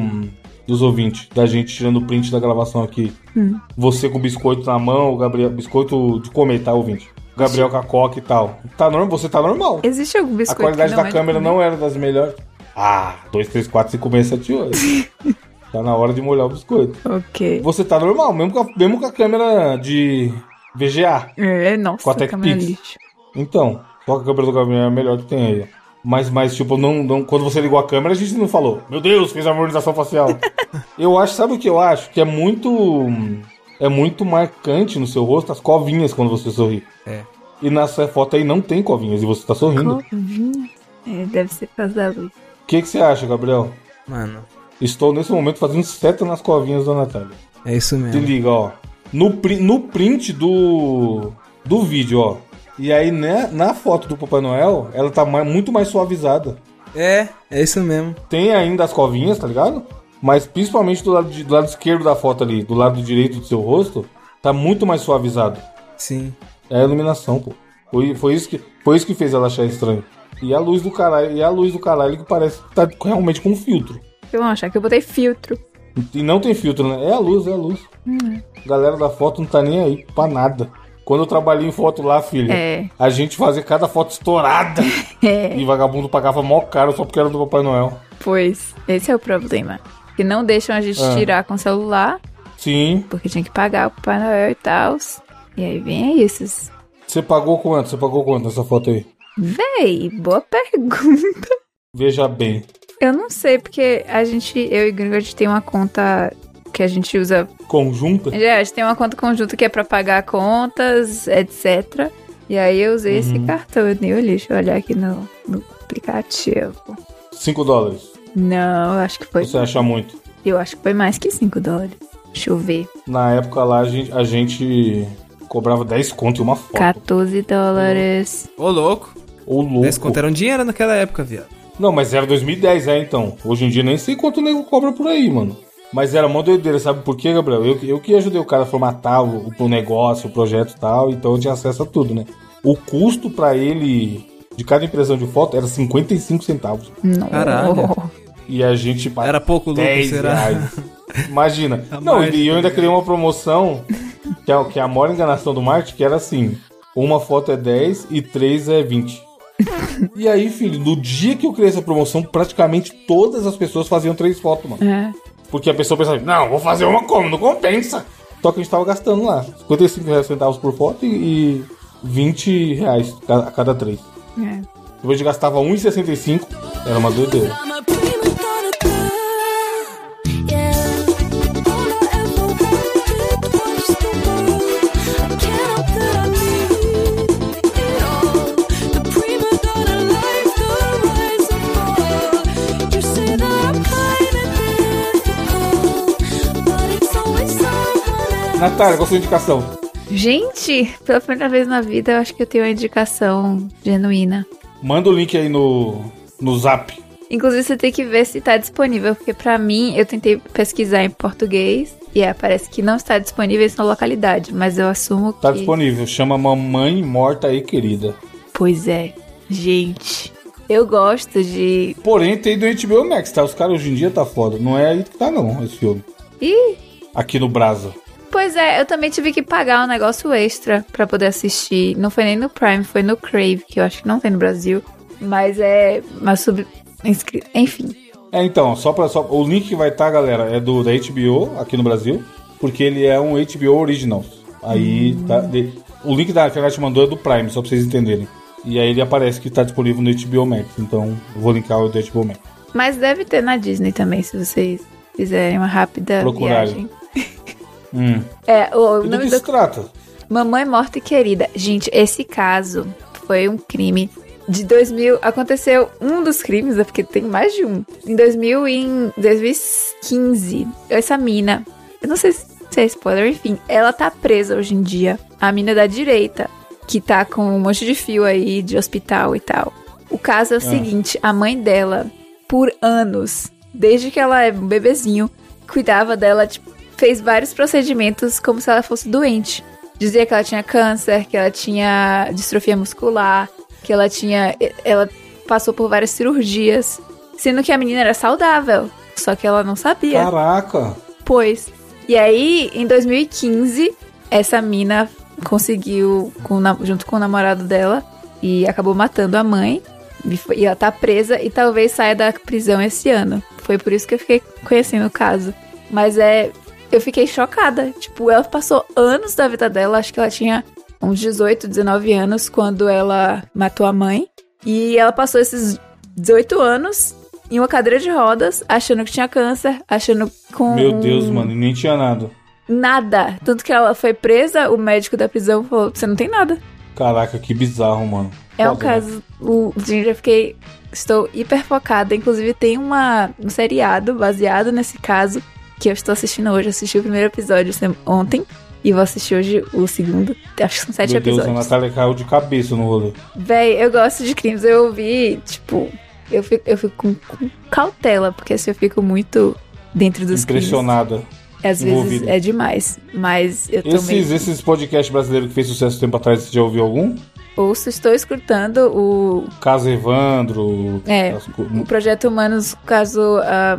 [SPEAKER 3] dos ouvintes, da gente tirando o print da gravação aqui.
[SPEAKER 4] Hum.
[SPEAKER 3] Você com biscoito na mão, o Gabriel, biscoito de comer, tá, ouvinte? Gabriel com a coca e tal. Tá normal, você tá normal.
[SPEAKER 4] Existe algum
[SPEAKER 3] A
[SPEAKER 4] biscoito
[SPEAKER 3] qualidade
[SPEAKER 4] que
[SPEAKER 3] da
[SPEAKER 4] é de
[SPEAKER 3] câmera
[SPEAKER 4] comer?
[SPEAKER 3] não era das melhores. Ah, 2, 3, 4, 5, 6, 7,
[SPEAKER 4] <laughs>
[SPEAKER 3] 8. Tá na hora de molhar o biscoito.
[SPEAKER 4] Ok.
[SPEAKER 3] Você tá normal, mesmo com a, mesmo com a câmera de VGA.
[SPEAKER 4] É, nossa,
[SPEAKER 3] Com a Tech
[SPEAKER 4] câmera
[SPEAKER 3] Pix.
[SPEAKER 4] lixo.
[SPEAKER 3] Então, só que a câmera do Gabriel é a É melhor que tem aí. ó. Mas, mas tipo, não, não, quando você ligou a câmera, a gente não falou. Meu Deus, fez a harmonização
[SPEAKER 5] <laughs>
[SPEAKER 3] facial. eu acho, sabe o que eu acho? Que é muito. É muito marcante no seu rosto as covinhas quando você sorri.
[SPEAKER 5] É.
[SPEAKER 3] E nessa foto aí não tem covinhas e você tá sorrindo. O
[SPEAKER 4] Covinha? É, deve ser por causa da luz.
[SPEAKER 3] que, que você acha, Gabriel?
[SPEAKER 5] Mano,
[SPEAKER 3] Estou nesse momento fazendo seta nas covinhas da Natália.
[SPEAKER 5] é
[SPEAKER 3] Se
[SPEAKER 5] isso mesmo.
[SPEAKER 3] liga, ó. No, pri- no print do, do vídeo, ó. E aí, né, na foto do Papai Noel, ela tá mais- muito mais suavizada.
[SPEAKER 5] É, é isso mesmo.
[SPEAKER 3] Tem ainda as covinhas, tá ligado? Mas principalmente do lado, de- do lado esquerdo da foto ali, do lado direito do seu rosto, tá muito mais suavizado.
[SPEAKER 5] Sim.
[SPEAKER 3] É a iluminação, pô. Foi, foi, isso que, foi isso que fez ela achar estranho. E a luz do caralho, e a luz do caralho que parece que tá realmente com filtro.
[SPEAKER 4] Eu vou achar que eu botei filtro.
[SPEAKER 3] E não tem filtro, né? É a luz, é a luz.
[SPEAKER 4] Uhum.
[SPEAKER 3] Galera da foto não tá nem aí pra nada. Quando eu trabalhei em foto lá, filho,
[SPEAKER 4] É.
[SPEAKER 3] a gente fazia cada foto estourada.
[SPEAKER 4] É,
[SPEAKER 3] e vagabundo pagava mó caro só porque era do Papai Noel.
[SPEAKER 4] pois. Esse é o problema. Que não deixam a gente
[SPEAKER 3] Ah.
[SPEAKER 4] tirar com o celular,
[SPEAKER 3] Sim.
[SPEAKER 4] porque tinha que pagar o Papai Noel e tal. E aí vem aí esses.
[SPEAKER 3] Você pagou quanto? Você pagou quanto nessa foto aí?
[SPEAKER 4] Véi, boa <laughs> pergunta.
[SPEAKER 3] Veja bem.
[SPEAKER 4] Eu não sei, porque a gente, eu e Gringo, a gente tem uma conta que a gente usa.
[SPEAKER 3] Conjunta?
[SPEAKER 4] É, a gente tem uma conta conjunta que é pra pagar contas, etc. E aí eu usei esse cartão. Eu nem olhei, deixa eu olhar aqui no, no aplicativo.
[SPEAKER 3] 5 dólares.
[SPEAKER 4] Não, eu acho que foi.
[SPEAKER 3] Você acha muito?
[SPEAKER 4] Eu acho que foi mais que 5 dólares. Deixa eu ver.
[SPEAKER 3] Na época lá, a gente, a gente cobrava 10 conto em uma foto.
[SPEAKER 4] 14 dólares.
[SPEAKER 5] Ô, louco.
[SPEAKER 3] Ô, louco.
[SPEAKER 5] 10 conto é- era um dinheiro naquela época, viado.
[SPEAKER 3] Não, mas era 2010, é então. Hoje em dia nem sei quanto o nego cobra por aí, mano. Mas era mó doideira, sabe por quê, Gabriel? Eu, eu que ajudei o cara a formatar o, o negócio, o projeto e tal, então eu tinha acesso a tudo, né? O custo pra ele de cada impressão de foto era 55 centavos.
[SPEAKER 4] Não.
[SPEAKER 5] Caralho.
[SPEAKER 3] E a gente pagava
[SPEAKER 5] Era pouco lucro,
[SPEAKER 3] 10
[SPEAKER 5] será?
[SPEAKER 3] reais. <laughs> Imagina.
[SPEAKER 5] A
[SPEAKER 3] Não,
[SPEAKER 5] margem,
[SPEAKER 3] e eu ainda
[SPEAKER 5] tá ligado?
[SPEAKER 3] criei uma promoção que é, que é a maior enganação do marketing, que era assim: uma foto é 10 e três é 20. E aí, filho, no dia que eu criei essa promoção, praticamente todas as pessoas faziam três fotos, mano.
[SPEAKER 4] É.
[SPEAKER 3] Porque a pessoa pensava, não, vou fazer uma como, não compensa. Só que a gente tava gastando lá 55 reais centavos por foto e, e 20 reais ca- a cada três.
[SPEAKER 4] É.
[SPEAKER 3] Depois a gente gastava 1,65, era uma doideira. Natália, qual a sua indicação?
[SPEAKER 4] Gente, pela primeira vez na vida, eu acho que eu tenho uma indicação genuína.
[SPEAKER 3] Manda o link aí no, no zap.
[SPEAKER 4] Inclusive, você tem que ver se tá disponível, porque pra mim, eu tentei pesquisar em português e é, parece que não está disponível em sua localidade, mas eu assumo
[SPEAKER 3] Tá
[SPEAKER 4] que.
[SPEAKER 3] disponível. Chama Mamãe Morta aí, querida.
[SPEAKER 4] Pois é. Gente, eu gosto de.
[SPEAKER 3] Porém, tem do HBO Max, tá? Os caras hoje em dia tá foda. Não é aí que tá, não, esse filme.
[SPEAKER 4] Ih,
[SPEAKER 3] Aqui no Brasa.
[SPEAKER 4] pois é, eu também tive que pagar um negócio extra pra poder assistir. Não foi nem no Prime, foi no Crave, que eu acho que não tem no Brasil. Mas é. Mas sub. inscri- Enfim.
[SPEAKER 3] É, então, só pra. Só, o link que vai tá, galera, é do da HBO aqui no Brasil. Porque ele é um HBO Originals. Aí tá. de- o link da que a te mandou é do Prime, só pra vocês entenderem. E aí ele aparece que tá disponível no HBO Max. Então, eu vou linkar o do HBO Max.
[SPEAKER 4] Mas deve ter na Disney também, se vocês fizerem uma rápida
[SPEAKER 3] Procurarem.
[SPEAKER 4] viagem.
[SPEAKER 3] Hum.
[SPEAKER 4] É, o, o
[SPEAKER 3] E do
[SPEAKER 4] nome
[SPEAKER 3] que
[SPEAKER 4] do
[SPEAKER 3] se trata?
[SPEAKER 4] Mamãe Morta e Querida. Gente, esse caso foi um crime de 2000. Aconteceu um dos crimes, né, porque tem mais de um. Em 2000 e em 2015, essa mina, eu não sei se se é spoiler, enfim, ela tá presa hoje em dia. A mina da direita, que tá com um monte de fio aí de hospital e tal. O caso é o seguinte: a mãe dela, por anos, desde que ela é um bebezinho, cuidava dela, tipo, fez vários procedimentos como se ela fosse doente. Dizia que ela tinha câncer, que ela tinha distrofia muscular, que ela tinha. Ela passou por várias cirurgias. Sendo que a menina era saudável. Só que ela não sabia.
[SPEAKER 3] Caraca!
[SPEAKER 4] Pois. E aí, em 2015, essa mina conseguiu, com o na- junto com o namorado dela, e acabou matando a mãe. E, foi- e ela tá presa e talvez saia da prisão esse ano. Foi por isso que eu fiquei conhecendo o caso. Mas é. Eu fiquei chocada. Tipo, ela passou anos da vida dela, acho que ela tinha uns 18, 19 anos quando ela matou a mãe. E ela passou esses 18 anos, em uma cadeira de rodas, achando que tinha câncer, achando com.
[SPEAKER 3] Meu Deus, mano, nem tinha nada.
[SPEAKER 4] Nada. Tanto que ela foi presa, o médico da prisão falou: você não tem nada.
[SPEAKER 3] Caraca, que bizarro, mano.
[SPEAKER 4] É um
[SPEAKER 3] Foda, né?
[SPEAKER 4] caso. O, gente, eu fiquei. Estou hiper focada. Inclusive, tem uma, um seriado baseado nesse caso que eu estou assistindo hoje. Eu assisti o primeiro episódio sem- ontem e vou assistir hoje o segundo. Acho que são sete
[SPEAKER 3] né? Meu Deus, é a
[SPEAKER 4] episódios.
[SPEAKER 3] Natália caiu de cabeça no rolê.
[SPEAKER 4] Véi, eu gosto de crimes. Eu ouvi, tipo. Eu fico, eu fico com, com cautela, porque assim eu fico muito dentro dos crimes.
[SPEAKER 3] Impressionada.
[SPEAKER 4] Às vezes
[SPEAKER 3] envolvida.
[SPEAKER 4] é demais. Mas eu também.
[SPEAKER 3] Esses, esses podcasts brasileiros que fez sucesso tempo atrás, você já ouviu algum?
[SPEAKER 4] Ouço, estou escutando o.
[SPEAKER 3] Caso Evandro.
[SPEAKER 4] É.
[SPEAKER 3] as co-
[SPEAKER 4] O Projeto Humanos, caso ah,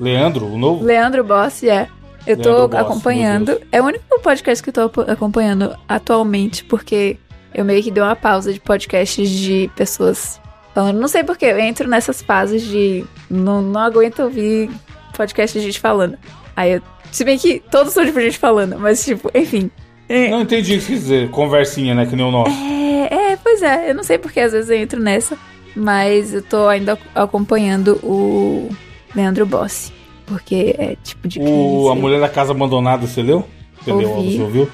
[SPEAKER 3] Leandro, o novo?
[SPEAKER 4] Leandro Bossi, é. Eu tô
[SPEAKER 3] Leandro Bossi, meu
[SPEAKER 4] acompanhando. É o único podcast que eu tô apo- acompanhando atualmente, porque eu meio que dei uma pausa de podcasts de pessoas falando. Não sei porquê, eu entro nessas fases de. Não, não aguento ouvir podcast de gente falando. Aí eu. Se bem que todos são de gente falando, mas tipo, enfim. É.
[SPEAKER 3] Não entendi o que você quis dizer. Conversinha, né? Que nem o nosso.
[SPEAKER 4] É, é, pois é, eu não sei porque às vezes eu entro nessa, mas eu tô ainda ac- acompanhando o Leandro Bossi. Porque é tipo de
[SPEAKER 3] O, a
[SPEAKER 4] crise,
[SPEAKER 3] mulher da casa abandonada, você leu? Você leu,
[SPEAKER 4] Ouvi.
[SPEAKER 3] você ouviu?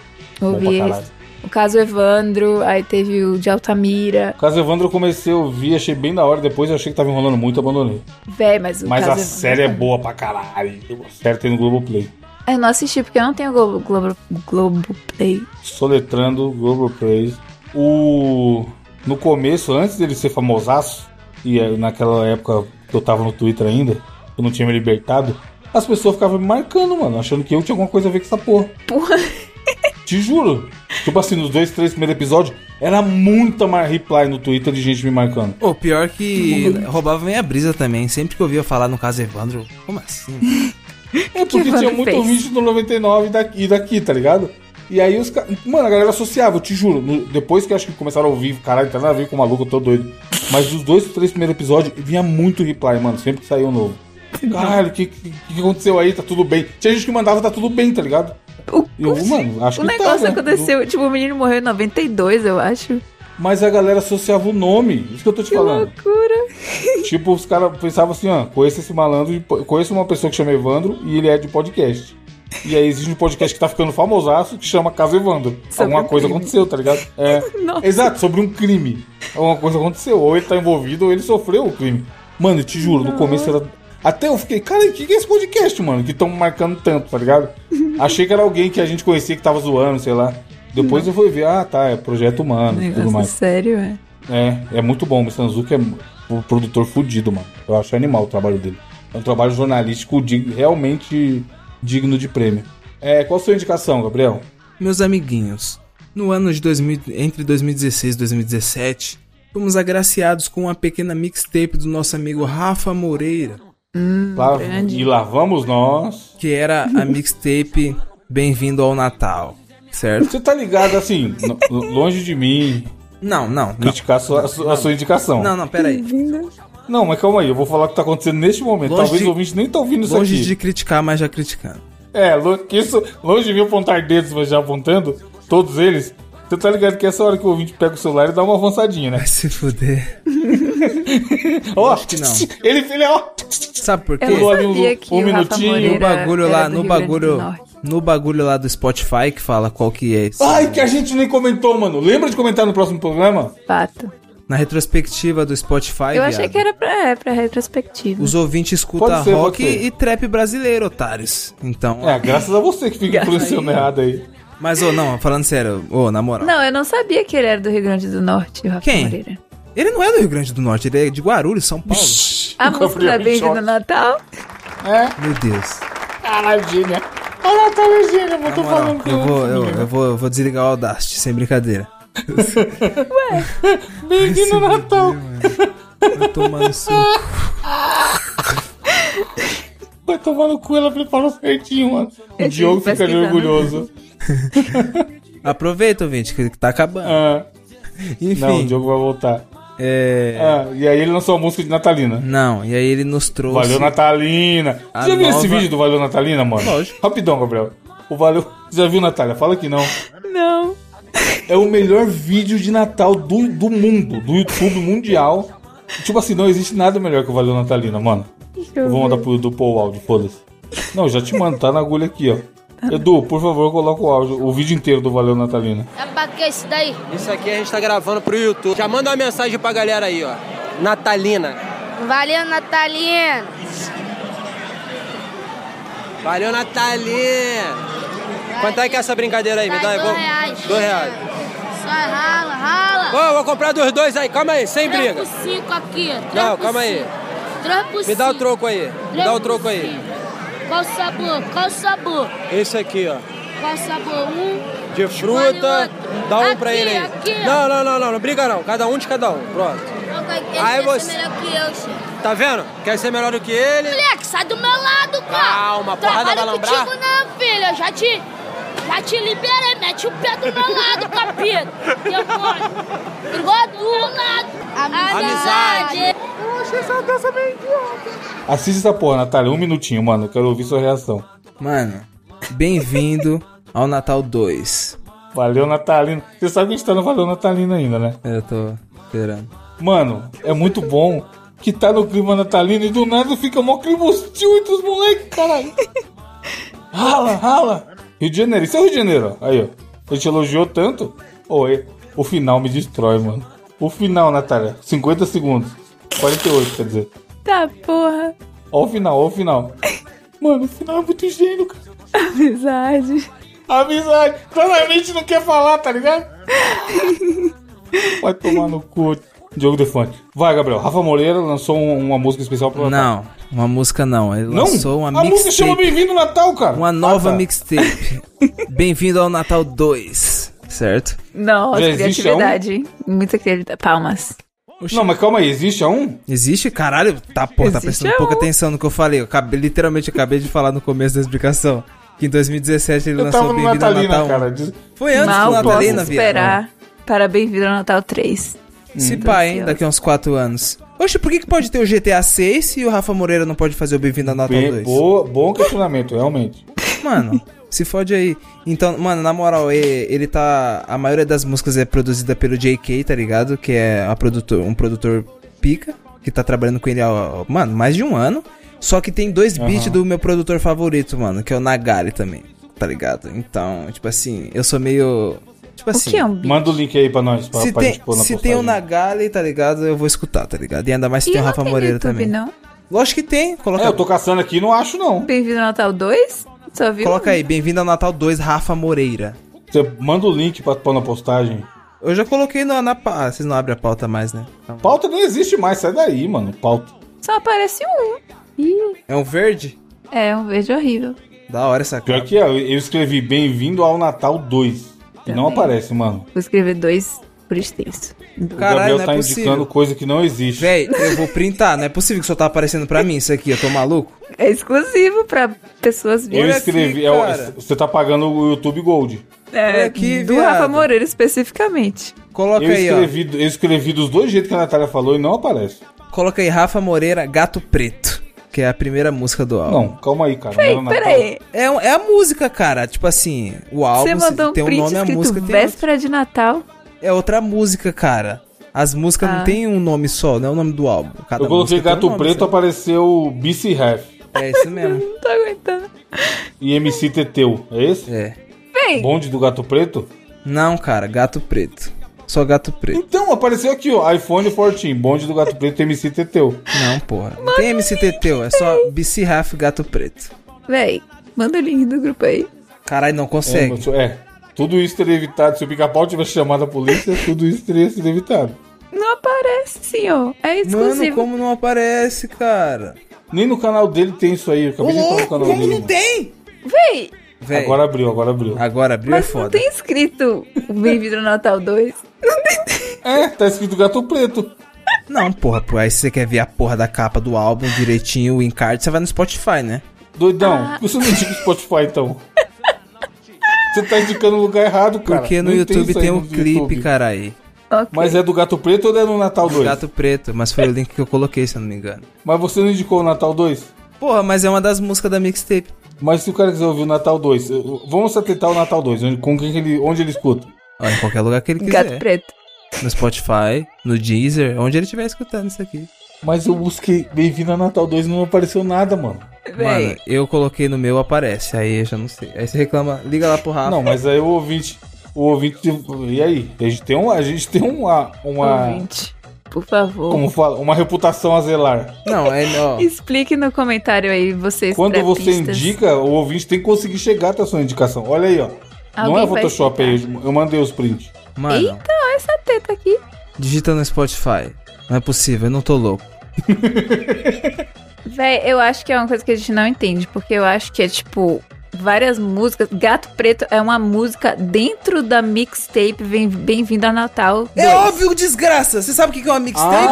[SPEAKER 3] Bom pra
[SPEAKER 4] ouvir.
[SPEAKER 3] caralho.
[SPEAKER 4] O caso Evandro, aí teve o de Altamira.
[SPEAKER 3] Caso Evandro eu comecei a ouvir, achei bem da hora, depois eu achei que tava enrolando muito, abandonei.
[SPEAKER 4] Véi, mas o
[SPEAKER 3] Mas
[SPEAKER 4] caso
[SPEAKER 3] a
[SPEAKER 4] Evandro né?
[SPEAKER 3] série é
[SPEAKER 4] também.
[SPEAKER 3] boa pra caralho. A série tem no Globoplay.
[SPEAKER 4] Eu não assisti porque eu não tenho Globo, Globo, Globo Play.
[SPEAKER 3] Soletrando, Globoplay. O... No começo, antes dele ser famosaço, e eh, naquela época que eu tava no Twitter ainda, eu não tinha me libertado, as pessoas ficavam me marcando, mano, achando que eu tinha alguma coisa a ver com essa porra.
[SPEAKER 4] Porra.
[SPEAKER 3] <laughs> Te juro. Tipo assim, nos dois, três primeiros episódios, era muita mar- reply no Twitter de gente me marcando.
[SPEAKER 5] Pô,
[SPEAKER 3] <laughs>
[SPEAKER 5] pior que roubava minha brisa também. Sempre que eu ouvia falar no caso Evandro, como assim?
[SPEAKER 3] É
[SPEAKER 4] que
[SPEAKER 3] porque
[SPEAKER 4] Evandro
[SPEAKER 3] tinha muito
[SPEAKER 4] fez?
[SPEAKER 3] vídeo do 99 e daqui, e daqui, tá ligado? E aí os caras. Mano, a galera associava, eu te juro. no- depois que eu acho que começaram a ouvir, caralho, tá nada a ver com o maluco, eu tô doido. Mas os dois, três primeiros episódios, vinha muito reply, mano, sempre que saiu um novo.
[SPEAKER 4] Então.
[SPEAKER 3] Caralho, o que, que, que aconteceu aí? Tá tudo bem. Tinha gente que mandava, tá tudo bem, tá ligado?
[SPEAKER 4] O,
[SPEAKER 3] Eu, mano, acho
[SPEAKER 4] o
[SPEAKER 3] que tá,
[SPEAKER 4] negócio
[SPEAKER 3] né?
[SPEAKER 4] aconteceu, tipo, o menino morreu em 92, eu acho.
[SPEAKER 3] Mas a galera associava o nome, isso que eu tô te
[SPEAKER 4] Que
[SPEAKER 3] falando.
[SPEAKER 4] loucura.
[SPEAKER 3] Tipo, os caras pensavam assim, ó, conheço esse malandro, de po- conheço uma pessoa que chama Evandro e ele é de podcast. E aí existe um podcast que tá ficando famosaço que chama Caso Evandro.
[SPEAKER 4] Sobre
[SPEAKER 3] Alguma
[SPEAKER 4] um
[SPEAKER 3] coisa
[SPEAKER 4] crime.
[SPEAKER 3] aconteceu, tá
[SPEAKER 4] <laughs>
[SPEAKER 3] ligado? É.
[SPEAKER 4] Nossa.
[SPEAKER 3] Exato, sobre um crime. Alguma coisa aconteceu. Ou ele tá envolvido ou ele sofreu o crime. Mano, eu te juro, no começo era. Até eu fiquei, cara, o que que é esse podcast, mano? Que tão marcando tanto, tá
[SPEAKER 4] <laughs>
[SPEAKER 3] ligado? Achei que era alguém que a gente conhecia que tava zoando, sei lá. Depois eu fui ver, ah, tá, é Projeto Humano e tudo
[SPEAKER 4] Negócio
[SPEAKER 3] mais.
[SPEAKER 4] sério, é.
[SPEAKER 3] É, é muito bom. O Missanzuki é um produtor fudido, mano. Eu acho animal o trabalho dele. É um trabalho jornalístico dig- realmente digno de prêmio. É, qual a sua indicação, Gabriel?
[SPEAKER 5] Meus amiguinhos, no ano de 2000, entre 2016 e 2017, fomos agraciados com uma pequena mixtape do nosso amigo Rafa Moreira, Hum,
[SPEAKER 3] Lá-
[SPEAKER 4] grande.
[SPEAKER 3] e lá vamos nós.
[SPEAKER 5] que era a mixtape Bem-vindo ao Natal, certo?
[SPEAKER 3] Você tá ligado, assim, no- lo- longe de mim
[SPEAKER 5] Não, não, não.
[SPEAKER 3] criticar a sua, a sua- a sua indicação.
[SPEAKER 5] Não,
[SPEAKER 3] Não,
[SPEAKER 5] não, peraí.
[SPEAKER 3] mas calma aí, eu vou falar o que tá acontecendo neste momento.
[SPEAKER 5] Longe
[SPEAKER 3] Talvez
[SPEAKER 5] de-
[SPEAKER 3] o ouvinte nem tá ouvindo isso
[SPEAKER 5] Longe
[SPEAKER 3] aqui.
[SPEAKER 5] de criticar, mas já criticando. <laughs>
[SPEAKER 3] É, lo- que isso, longe de mim apontar dedos, mas já apontando, todos eles. Você tá ligado que essa hora que o ouvinte pega o celular e dá uma avançadinha, né?
[SPEAKER 5] Vai se fuder.
[SPEAKER 3] Ó,
[SPEAKER 5] que não.
[SPEAKER 3] <laughs> Ele, ele, é, ó,
[SPEAKER 5] Sabe por quê?
[SPEAKER 4] Eu não
[SPEAKER 3] Pulou ali um-
[SPEAKER 4] sabia que
[SPEAKER 3] um
[SPEAKER 4] o Rafa
[SPEAKER 3] minutinho,
[SPEAKER 5] No
[SPEAKER 4] Moreira
[SPEAKER 5] bagulho
[SPEAKER 4] era
[SPEAKER 5] lá,
[SPEAKER 4] é do
[SPEAKER 5] no
[SPEAKER 4] Rio Grande do
[SPEAKER 5] bagulho,
[SPEAKER 4] Norte. Oh!
[SPEAKER 5] no bagulho lá do Spotify que fala qual que é esse.
[SPEAKER 3] Ai, que a gente nem comentou, mano. Lembra de comentar no próximo programa?
[SPEAKER 4] Fato.
[SPEAKER 5] Na retrospectiva do Spotify,
[SPEAKER 4] Eu achei
[SPEAKER 5] viado,
[SPEAKER 4] que era pra, é, pra retrospectiva.
[SPEAKER 5] os ouvintes escutam
[SPEAKER 3] Pode ser,
[SPEAKER 5] rock
[SPEAKER 3] pode ser.
[SPEAKER 5] e trap brasileiro, otários. Então,
[SPEAKER 3] É, graças a você que fica
[SPEAKER 4] Graças
[SPEAKER 3] influenciando errado aí.
[SPEAKER 5] mas ô, não, falando sério, ô, na moral.
[SPEAKER 4] Não, eu não sabia que ele era do Rio Grande do Norte, o Rafa
[SPEAKER 3] <laughs>
[SPEAKER 5] Quem?
[SPEAKER 4] Moreira.
[SPEAKER 5] Ele não é do Rio Grande do Norte, ele é de Guarulhos, São Paulo.
[SPEAKER 4] A
[SPEAKER 3] Gabriel
[SPEAKER 4] música da
[SPEAKER 3] em
[SPEAKER 4] Benji
[SPEAKER 3] choque.
[SPEAKER 4] do Natal.
[SPEAKER 3] É,
[SPEAKER 5] Meu Deus.
[SPEAKER 3] caralho, Virgínia. Olha lá, tá, Virgínia, eu
[SPEAKER 5] Na
[SPEAKER 3] tô
[SPEAKER 5] moral,
[SPEAKER 3] falando que
[SPEAKER 5] eu vou, eu, eu vou, eu vou desligar o Audacity, sem brincadeira.
[SPEAKER 3] Bem-vindo Natal.
[SPEAKER 5] Vai tomar no seu
[SPEAKER 3] <laughs> Vai tomar no cu, ela preparou certinho, mano. O
[SPEAKER 4] Eu
[SPEAKER 3] Diogo
[SPEAKER 4] tive que
[SPEAKER 3] fica ali
[SPEAKER 4] pesquisar,
[SPEAKER 3] orgulhoso.
[SPEAKER 5] Aproveita, ouvinte, que que tá acabando.
[SPEAKER 3] Ah,
[SPEAKER 5] Enfim,
[SPEAKER 3] não, o Diogo vai voltar.
[SPEAKER 5] é...
[SPEAKER 3] Ah, e aí ele lançou a música de Natalina.
[SPEAKER 5] Não, e aí ele nos trouxe...
[SPEAKER 3] Valeu Natalina.
[SPEAKER 5] A
[SPEAKER 3] Você já viu
[SPEAKER 5] nova-
[SPEAKER 3] esse vídeo do Valeu Natalina, mano?
[SPEAKER 5] Lógico.
[SPEAKER 3] Rapidão, Gabriel. O Valeu. Você já viu, Natália? Fala que não.
[SPEAKER 4] Não.
[SPEAKER 3] É o melhor vídeo de Natal do, do mundo, do YouTube mundial. Tipo assim, não existe nada melhor que o Valeu Natalina, mano. Eu vou mandar pro Edu pôr o áudio, foda-se. Não, eu já te mando, tá na agulha aqui, ó. Edu, por favor, coloca o áudio, o vídeo inteiro do Valeu Natalina.
[SPEAKER 2] É pra que isso daí?
[SPEAKER 6] Isso aqui a gente tá gravando pro YouTube. Já manda uma mensagem pra galera aí, ó. Natalina.
[SPEAKER 2] Valeu, Natalina.
[SPEAKER 6] Valeu, Natalina. Quanto é que é essa brincadeira aí? Me dá aí.
[SPEAKER 2] Vai,
[SPEAKER 6] vou-
[SPEAKER 2] dois reais.
[SPEAKER 6] Dois reais.
[SPEAKER 2] Só rala, rala.
[SPEAKER 6] Ô, eu vou comprar dos dois aí. Calma aí, sem
[SPEAKER 2] Três
[SPEAKER 6] briga.
[SPEAKER 2] por cinco aqui. três
[SPEAKER 6] Não,
[SPEAKER 2] por
[SPEAKER 6] calma aí.
[SPEAKER 2] cinco. Três por
[SPEAKER 6] Me dá o
[SPEAKER 2] cinco.
[SPEAKER 6] troco aí. Me
[SPEAKER 2] Três
[SPEAKER 6] dá o
[SPEAKER 2] por
[SPEAKER 6] troco aí.
[SPEAKER 2] cinco. Qual sabor? Qual sabor?
[SPEAKER 6] Esse aqui, ó.
[SPEAKER 2] Qual sabor? Um.
[SPEAKER 6] De fruta.
[SPEAKER 2] outro.
[SPEAKER 6] Dá um
[SPEAKER 2] Aqui,
[SPEAKER 6] pra ele aí.
[SPEAKER 2] aqui, ó.
[SPEAKER 6] Não, não, não, não. Não briga não. Cada um de cada um. Pronto.
[SPEAKER 2] Ele
[SPEAKER 6] Aí
[SPEAKER 2] quer
[SPEAKER 6] você-
[SPEAKER 2] ser melhor que eu, chefe.
[SPEAKER 6] Tá vendo? Quer ser melhor do que ele?
[SPEAKER 2] Moleque, sai do meu lado, cara.
[SPEAKER 6] Calma, porrada
[SPEAKER 2] Trabalho
[SPEAKER 6] vai lambrar?
[SPEAKER 2] contigo não, filho. Eu já te... Já te liberei. Mete o pé do meu lado, capeta. Demônio. Igual do meu lado.
[SPEAKER 6] Amizade.
[SPEAKER 3] Assiste essa porra, Natália, um minutinho, mano. Eu quero ouvir sua reação.
[SPEAKER 5] Mano, bem-vindo ao Natal 2.
[SPEAKER 3] Valeu Natalina. Você sabe que a gente tá no Valeu Natalina ainda, né?
[SPEAKER 5] Eu tô esperando.
[SPEAKER 3] Mano, é muito bom que tá no clima natalino e do nada fica mó clima hostil entre os moleques, caralho. Rala, rala. Rio de Janeiro, isso é o Rio de Janeiro. ó. Aí, ó. A gente elogiou tanto. Oi, o final me destrói, mano. O final, Natália. 50 segundos. 48, quer dizer.
[SPEAKER 4] Tá porra. <laughs>
[SPEAKER 3] Ó o final, ó o final. Mano, o final é muito gênio, cara.
[SPEAKER 4] Amizade.
[SPEAKER 3] Amizade. Claramente não quer falar, tá ligado? Vai tomar no cu. Diogo Defante. Vai, Gabriel. Rafa Moreira lançou um- uma música especial pro Natal.
[SPEAKER 5] Não, uma música não. Ele
[SPEAKER 3] Não?
[SPEAKER 5] lançou uma
[SPEAKER 3] a música chama
[SPEAKER 5] mixtape.
[SPEAKER 3] Bem-vindo Natal, cara.
[SPEAKER 5] Uma nova
[SPEAKER 3] Ah, tá.
[SPEAKER 5] mixtape. Bem-vindo ao Natal 2. Certo?
[SPEAKER 4] Nossa,
[SPEAKER 3] Já existe
[SPEAKER 4] criatividade, hein? Muita criatividade. Palmas.
[SPEAKER 3] Não, mas calma aí. Existe a um?
[SPEAKER 5] Existe? Caralho, tá, porra, tá
[SPEAKER 4] Existe,
[SPEAKER 5] prestando
[SPEAKER 4] é
[SPEAKER 5] pouca
[SPEAKER 4] um.
[SPEAKER 5] atenção no que eu falei. Eu acabei- literalmente acabei de falar no começo da explicação. Que em 2017 ele
[SPEAKER 3] Eu
[SPEAKER 5] lançou
[SPEAKER 3] tava no
[SPEAKER 5] Bem-vindo ao
[SPEAKER 3] Natalina,
[SPEAKER 5] Natal. um. Tá
[SPEAKER 3] cara. Diz-
[SPEAKER 5] Foi antes
[SPEAKER 4] Mal
[SPEAKER 5] do Natalina,
[SPEAKER 4] posso
[SPEAKER 5] viado.
[SPEAKER 4] esperar para Bem-vindo ao Natal 3.
[SPEAKER 5] Se pá, hein,
[SPEAKER 4] ansiosa.
[SPEAKER 5] daqui a uns 4 anos. Oxe, por que, que pode ter o GTA 6 e o Rafa Moreira não pode fazer o Bem-vindo ao Natal
[SPEAKER 3] Bem-
[SPEAKER 5] 2?
[SPEAKER 3] boa- bom questionamento, realmente.
[SPEAKER 5] Mano, se fode aí. Então, mano, na moral, ele, ele tá. A maioria das músicas é produzida pelo JK, tá ligado? Que é a produtor, um produtor pica, que tá trabalhando com ele há, mano, mais de um ano. Só que tem dois beats do meu produtor favorito, mano, que é o Nagari também, tá ligado? Então, tipo assim, eu sou meio. Tipo
[SPEAKER 4] O
[SPEAKER 5] assim.
[SPEAKER 4] que é um bicho?
[SPEAKER 3] Manda o link aí pra nós. Pra,
[SPEAKER 5] Se
[SPEAKER 3] pra
[SPEAKER 5] tem,
[SPEAKER 3] gente pôr na
[SPEAKER 5] se tem o
[SPEAKER 3] postagem.
[SPEAKER 5] Nagali, tá ligado? Eu vou escutar, tá ligado? E ainda mais se tem o
[SPEAKER 4] não
[SPEAKER 5] Rafa
[SPEAKER 4] tem no
[SPEAKER 5] Moreira
[SPEAKER 4] YouTube,
[SPEAKER 5] também.
[SPEAKER 4] não?
[SPEAKER 5] Lógico que tem. Coloca,
[SPEAKER 3] É, eu tô caçando aqui não acho, não.
[SPEAKER 4] Bem-vindo ao Natal 2? Só viu? um?
[SPEAKER 5] coloca aí, bem-vindo ao Natal 2, Rafa Moreira.
[SPEAKER 3] Você manda o link pra pôr na postagem.
[SPEAKER 5] Eu já coloquei na, na pa- Ah, vocês não abrem a pauta mais, né? Então-
[SPEAKER 3] Pauta nem existe mais, sai daí, mano. Pauta.
[SPEAKER 4] Só aparece um. Ih,
[SPEAKER 5] É um verde?
[SPEAKER 4] é um verde horrível.
[SPEAKER 5] Da hora essa
[SPEAKER 3] Pior
[SPEAKER 5] cara.
[SPEAKER 3] que é, eu escrevi Bem-vindo ao Natal 2. E não aparece, mano.
[SPEAKER 4] Vou escrever dois por extenso.
[SPEAKER 3] O
[SPEAKER 5] Caralho,
[SPEAKER 3] Gabriel
[SPEAKER 5] não é
[SPEAKER 3] tá indicando
[SPEAKER 5] possível.
[SPEAKER 3] coisa que não existe.
[SPEAKER 5] Véi, eu vou printar. Não é possível que só tá aparecendo pra mim isso aqui. Eu tô maluco?
[SPEAKER 4] É exclusivo pra pessoas
[SPEAKER 3] eu
[SPEAKER 4] virem.
[SPEAKER 5] Olha
[SPEAKER 3] escrevi.
[SPEAKER 5] aqui,
[SPEAKER 3] é,
[SPEAKER 5] cara.
[SPEAKER 3] você tá pagando o YouTube Gold.
[SPEAKER 4] É,
[SPEAKER 5] olha aqui,
[SPEAKER 4] do
[SPEAKER 5] viado.
[SPEAKER 4] Rafa Moreira especificamente.
[SPEAKER 5] Coloca
[SPEAKER 3] Eu
[SPEAKER 5] aí,
[SPEAKER 3] escrevi, eu escrevi dos dois jeitos que a Natália falou e não aparece.
[SPEAKER 5] ó. Coloca aí Rafa Moreira, Gato Preto. Que é a primeira música do álbum.
[SPEAKER 3] Não, calma aí, cara.
[SPEAKER 4] Peraí,
[SPEAKER 3] não era Natal.
[SPEAKER 4] peraí.
[SPEAKER 5] É, um- é a música, cara. Tipo assim, o álbum
[SPEAKER 4] Você mandou um
[SPEAKER 5] tem um
[SPEAKER 4] print
[SPEAKER 5] nome, a
[SPEAKER 4] escrito
[SPEAKER 5] música tem outro.
[SPEAKER 4] véspera de Natal.
[SPEAKER 5] É outra música, cara. As músicas não
[SPEAKER 4] Ah.
[SPEAKER 5] tem um nome só, não é o nome do álbum. Cada
[SPEAKER 3] Eu coloquei
[SPEAKER 5] música tem um
[SPEAKER 3] Gato
[SPEAKER 5] nome,
[SPEAKER 3] Preto, apareceu BC Ref
[SPEAKER 5] sabe? É isso mesmo.
[SPEAKER 4] Não tô aguentando.
[SPEAKER 3] e MC Teteu. É esse?
[SPEAKER 5] É.
[SPEAKER 4] Vem,
[SPEAKER 3] Bonde do Gato Preto?
[SPEAKER 5] Não, cara, Gato Preto. Só Gato Preto.
[SPEAKER 3] Então, apareceu aqui, ó. iPhone 14, Bonde do Gato Preto, MC Teteu.
[SPEAKER 5] Não, porra. Não tem MCT teu, é só BC Raf Gato Preto.
[SPEAKER 4] vem. Manda o link do grupo aí.
[SPEAKER 5] Caralho, não
[SPEAKER 3] É,
[SPEAKER 5] consegue.
[SPEAKER 3] mas- é. Tudo isso teria evitado. Se o pica-pau tivesse chamado a
[SPEAKER 5] <laughs>
[SPEAKER 3] polícia, tudo isso teria sido evitado.
[SPEAKER 4] Não aparece, senhor. É
[SPEAKER 5] Mano,
[SPEAKER 4] exclusivo.
[SPEAKER 5] como não aparece, cara?
[SPEAKER 3] Nem no canal dele tem isso aí. Eu acabei de entrar no canal dele. mano.
[SPEAKER 5] tem?
[SPEAKER 4] Vem.
[SPEAKER 5] Véi,
[SPEAKER 3] Agora
[SPEAKER 5] agora,
[SPEAKER 3] abriu, agora abriu.
[SPEAKER 5] abriu é
[SPEAKER 4] Mas não
[SPEAKER 5] foda.
[SPEAKER 4] tem escrito o Bem-vindo ao Natal 2.
[SPEAKER 3] É, tá escrito gato preto.
[SPEAKER 5] Não, porra, pô. Aí se você quer ver a porra da capa do álbum direitinho, o encarte, você vai no Spotify, né?
[SPEAKER 3] Doidão, por que você não indica o Spotify então? Você tá indicando o lugar errado, cara.
[SPEAKER 5] Porque no
[SPEAKER 3] Nem
[SPEAKER 5] YouTube
[SPEAKER 3] isso aí
[SPEAKER 5] tem
[SPEAKER 3] no
[SPEAKER 5] um clipe,
[SPEAKER 3] YouTube.
[SPEAKER 5] caralho.
[SPEAKER 4] Ok.
[SPEAKER 3] Mas é do Gato Preto ou é do Natal 2?
[SPEAKER 5] Gato Preto, mas foi o link que eu coloquei, se eu não me engano.
[SPEAKER 3] Mas você não indicou o Natal 2?
[SPEAKER 5] Porra, mas é uma das músicas da mixtape.
[SPEAKER 3] Mas se o cara quiser ouvir o Natal 2, eu- vamos se atentar ao Natal 2, onde, com quem que ele, onde ele escuta?
[SPEAKER 5] Olha, em qualquer lugar que ele quiser.
[SPEAKER 4] Gato preto.
[SPEAKER 5] no Spotify, no Deezer, onde ele estiver escutando isso aqui.
[SPEAKER 3] Mas eu busquei Bem-vindo a Natal 2 e não apareceu nada, mano.
[SPEAKER 5] Mano, eu coloquei no meu, aparece. Aí eu já não sei. Aí você reclama, liga lá pro Rafa.
[SPEAKER 3] Não, mas aí o ouvinte. O ouvinte. E aí? A gente tem, um, a gente tem uma. uma
[SPEAKER 4] Ouvinte, por favor.
[SPEAKER 3] como fala? Uma reputação a zelar.
[SPEAKER 5] Não, é,
[SPEAKER 4] <laughs>
[SPEAKER 5] ó,
[SPEAKER 4] Explique no comentário aí, vocês
[SPEAKER 3] Quando você
[SPEAKER 4] trapistas.
[SPEAKER 3] indica, o ouvinte tem que conseguir chegar até a sua indicação. Olha aí, ó. não é
[SPEAKER 4] Alguém vai
[SPEAKER 3] Photoshop aí, eu mandei os prints.
[SPEAKER 5] mano,
[SPEAKER 4] Olha essa teta aqui.
[SPEAKER 5] digita no Spotify. Não é possível, eu não tô louco.
[SPEAKER 4] Véi, eu acho que é uma coisa que a gente não entende, porque eu acho que é tipo várias músicas. Gato Preto é uma música dentro da mixtape Vem- Bem-vindo a Natal.
[SPEAKER 5] É
[SPEAKER 4] dois.
[SPEAKER 5] óbvio, desgraça! Você sabe o que que é uma mixtape?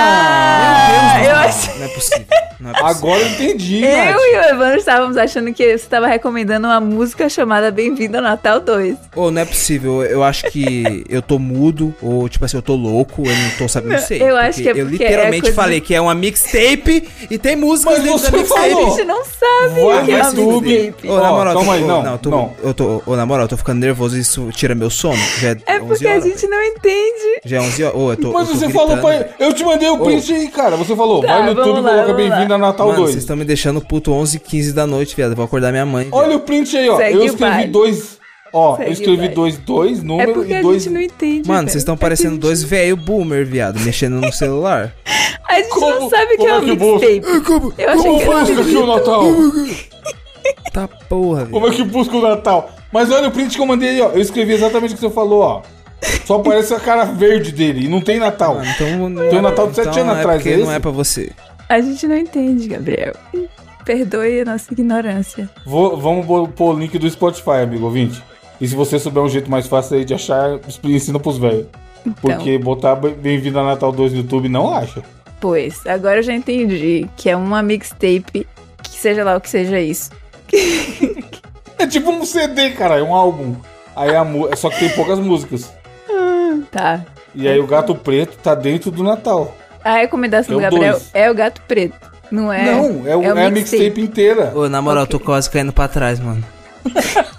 [SPEAKER 4] Ah, eu
[SPEAKER 5] mano.
[SPEAKER 4] achei-
[SPEAKER 5] Não é possível. Não é possível.
[SPEAKER 3] Agora eu entendi,
[SPEAKER 4] Eu
[SPEAKER 3] Nath.
[SPEAKER 4] e o Evandro estávamos achando que você estava recomendando uma música chamada Bem-vindo ao Natal 2.
[SPEAKER 5] Ou não é possível, eu acho que eu tô mudo, ou tipo assim, eu tô louco, eu não tô sabendo, não sei.
[SPEAKER 4] eu acho
[SPEAKER 5] porque
[SPEAKER 4] que é
[SPEAKER 5] Eu
[SPEAKER 4] porque é
[SPEAKER 5] literalmente
[SPEAKER 4] coisa-
[SPEAKER 5] falei que é uma mixtape e tem música
[SPEAKER 3] Mas
[SPEAKER 5] dentro da
[SPEAKER 3] você
[SPEAKER 5] mixtape.
[SPEAKER 4] A
[SPEAKER 3] falou.
[SPEAKER 4] gente não sabe
[SPEAKER 3] Vai
[SPEAKER 4] o que é uma
[SPEAKER 3] no YouTube.
[SPEAKER 4] mixtape.
[SPEAKER 5] Ô, na
[SPEAKER 3] Ó,
[SPEAKER 5] moral,
[SPEAKER 3] calma
[SPEAKER 5] tô,
[SPEAKER 3] aí,
[SPEAKER 5] ô,
[SPEAKER 3] não,
[SPEAKER 5] tô-
[SPEAKER 3] não.
[SPEAKER 5] Eu tô, ô, na moral, eu tô ficando nervoso, isso tira meu sono. Já é,
[SPEAKER 4] É
[SPEAKER 5] 11
[SPEAKER 4] porque a
[SPEAKER 5] horas.
[SPEAKER 4] gente não entende.
[SPEAKER 5] Já é 11 horas. Ô, eu tô,
[SPEAKER 3] Mas
[SPEAKER 5] eu tô
[SPEAKER 3] você
[SPEAKER 5] gritando.
[SPEAKER 3] falou pra. Eu te mandei o print aí, cara. Você falou,
[SPEAKER 4] Tá,
[SPEAKER 3] vai no
[SPEAKER 4] vamos
[SPEAKER 3] YouTube e
[SPEAKER 4] lá,
[SPEAKER 3] coloca
[SPEAKER 4] vamos
[SPEAKER 3] Bem-vindo
[SPEAKER 4] lá.
[SPEAKER 3] a Natal
[SPEAKER 5] Mano,
[SPEAKER 3] 2.
[SPEAKER 5] vocês estão me deixando puto 11 15 da noite, viado. Vou acordar minha mãe. viado.
[SPEAKER 3] Olha o print aí, ó.
[SPEAKER 4] Segue
[SPEAKER 3] eu
[SPEAKER 4] o
[SPEAKER 3] escrevi
[SPEAKER 4] baile.
[SPEAKER 3] dois. Ó,
[SPEAKER 4] Segue
[SPEAKER 3] eu
[SPEAKER 4] o
[SPEAKER 3] escrevi
[SPEAKER 4] baile.
[SPEAKER 3] dois, dois
[SPEAKER 4] É
[SPEAKER 3] números
[SPEAKER 4] porque
[SPEAKER 3] e
[SPEAKER 4] a
[SPEAKER 3] dois.
[SPEAKER 4] gente não entende.
[SPEAKER 5] Mano,
[SPEAKER 4] velho.
[SPEAKER 5] vocês estão
[SPEAKER 4] É que a
[SPEAKER 5] parecendo
[SPEAKER 4] gente-
[SPEAKER 5] dois velho boomer, viado, mexendo
[SPEAKER 3] <laughs>
[SPEAKER 5] no celular.
[SPEAKER 4] A gente
[SPEAKER 3] Como-
[SPEAKER 4] não sabe o que é uma
[SPEAKER 3] como é que busca?
[SPEAKER 4] mixtape. Eu achei
[SPEAKER 3] Como
[SPEAKER 4] que é um era
[SPEAKER 3] faz isso aqui o Natal?
[SPEAKER 5] Tá porra, viado.
[SPEAKER 3] Como é que busca o Natal? Mas olha o print que eu mandei aí, ó. Eu escrevi exatamente o que você falou, ó. Só aparece a cara verde dele e não tem Natal.
[SPEAKER 4] Ah,
[SPEAKER 5] Mano, então,
[SPEAKER 3] Tem o Natal de sete
[SPEAKER 5] então
[SPEAKER 3] anos
[SPEAKER 5] é
[SPEAKER 3] atrás,
[SPEAKER 5] porque
[SPEAKER 3] é
[SPEAKER 5] não
[SPEAKER 3] esse?
[SPEAKER 5] é pra você.
[SPEAKER 4] A gente não entende, Gabriel. Perdoe a nossa ignorância.
[SPEAKER 3] Vou- vamos bo- pôr o link do Spotify, amigo ouvinte. E se você souber um jeito mais fácil aí de achar, ensina pros velhos.
[SPEAKER 4] Então.
[SPEAKER 3] Porque botar Be- Bem-vindo a Natal 2 no YouTube não acha.
[SPEAKER 4] Pois, agora eu já entendi que é uma mixtape, que seja lá o que seja isso.
[SPEAKER 3] É tipo um CD, cara, é um álbum. Aí a mu- Só que tem poucas músicas.
[SPEAKER 4] Tá.
[SPEAKER 3] E aí o gato preto tá dentro do Natal.
[SPEAKER 4] A recomendação
[SPEAKER 3] É o
[SPEAKER 4] do Gabriel
[SPEAKER 3] dois.
[SPEAKER 4] é o gato preto, não é?
[SPEAKER 3] não, é, o-
[SPEAKER 4] o
[SPEAKER 3] é a mixtape
[SPEAKER 5] <laughs>
[SPEAKER 3] inteira.
[SPEAKER 5] Ô, na moral, eu tô quase caindo pra trás,
[SPEAKER 3] <laughs>
[SPEAKER 5] mano.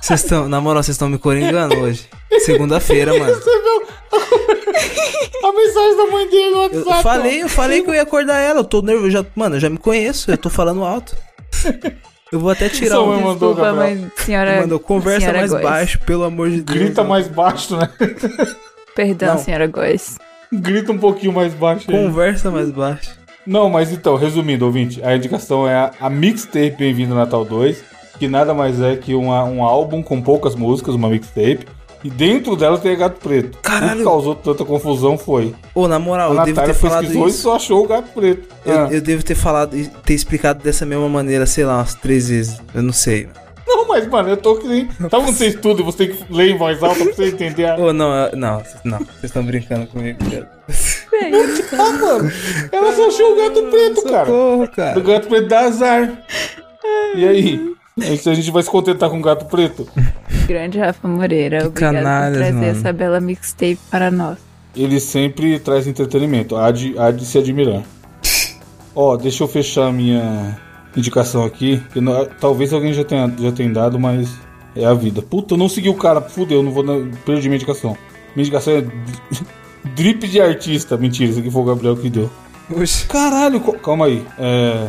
[SPEAKER 5] Vocês estão, na moral, vocês estão me coringando hoje. Segunda-feira, mano.
[SPEAKER 3] A mensagem da mãe dele no
[SPEAKER 5] Eu
[SPEAKER 3] WhatsApp. ó.
[SPEAKER 5] falei, eu falei que eu ia acordar ela. Eu tô nervoso. Já, mano, eu já me conheço. Eu tô falando alto. Eu vou até tirar
[SPEAKER 3] Só
[SPEAKER 5] o.
[SPEAKER 3] uma- mandou,
[SPEAKER 4] Desculpa,
[SPEAKER 3] Gabriel.
[SPEAKER 4] mas senhora.
[SPEAKER 5] Mano, conversa
[SPEAKER 4] senhora
[SPEAKER 5] mais
[SPEAKER 4] Góes.
[SPEAKER 5] baixo, pelo amor de Deus.
[SPEAKER 3] Grita mais baixo, né? <laughs>
[SPEAKER 4] Perdão,
[SPEAKER 5] Não.
[SPEAKER 4] senhora Góes.
[SPEAKER 3] Grita um pouquinho mais baixo. aí.
[SPEAKER 5] Conversa mais baixo.
[SPEAKER 3] Não, mas então, resumindo, ouvinte, a indicação é a, a mixtape Bem-vindo ao Natal 2, que nada mais é que uma- um álbum com poucas músicas, uma mixtape, e dentro dela tem Gato Preto. O que
[SPEAKER 5] Caralho.
[SPEAKER 3] causou tanta confusão foi.
[SPEAKER 5] Ô, na
[SPEAKER 3] A
[SPEAKER 5] moral, eu devo
[SPEAKER 3] Natália
[SPEAKER 5] ter falado
[SPEAKER 3] pesquisou e
[SPEAKER 5] isso.
[SPEAKER 3] só achou o Gato Preto.
[SPEAKER 5] Eu,
[SPEAKER 3] Ah.
[SPEAKER 5] eu devo ter falado e ter explicado dessa mesma maneira, sei lá, umas três vezes. Eu não sei.
[SPEAKER 3] Não, mas, mano, eu tô que nem. Sabe quando você estuda e você tem que ler em voz alta pra você entender a.
[SPEAKER 5] Ô, não, eu- não, não. Vocês estão brincando comigo, cara.
[SPEAKER 3] Ah, mano, ela só achou o Gato Preto, cara.
[SPEAKER 5] Socorro,
[SPEAKER 3] O
[SPEAKER 5] cara.
[SPEAKER 3] gato preto dá azar. E aí? É isso, a gente vai se contentar com o gato preto?
[SPEAKER 4] Grande Rafa Moreira, obrigado
[SPEAKER 5] canalhas,
[SPEAKER 4] por trazer
[SPEAKER 5] mano.
[SPEAKER 4] essa bela mixtape para nós.
[SPEAKER 3] Ele sempre traz entretenimento, há de, há de se admirar. Ó, deixa eu fechar a minha indicação aqui. que não- talvez alguém já tenha, já tenha dado, mas é a vida. Puta, eu não segui o cara, fudeu, não vou dar, perdi minha indicação. Minha indicação é dri- <laughs> drip de artista. Mentira, isso aqui foi o Gabriel que deu.
[SPEAKER 5] Oxe.
[SPEAKER 3] Caralho, co- calma aí. É,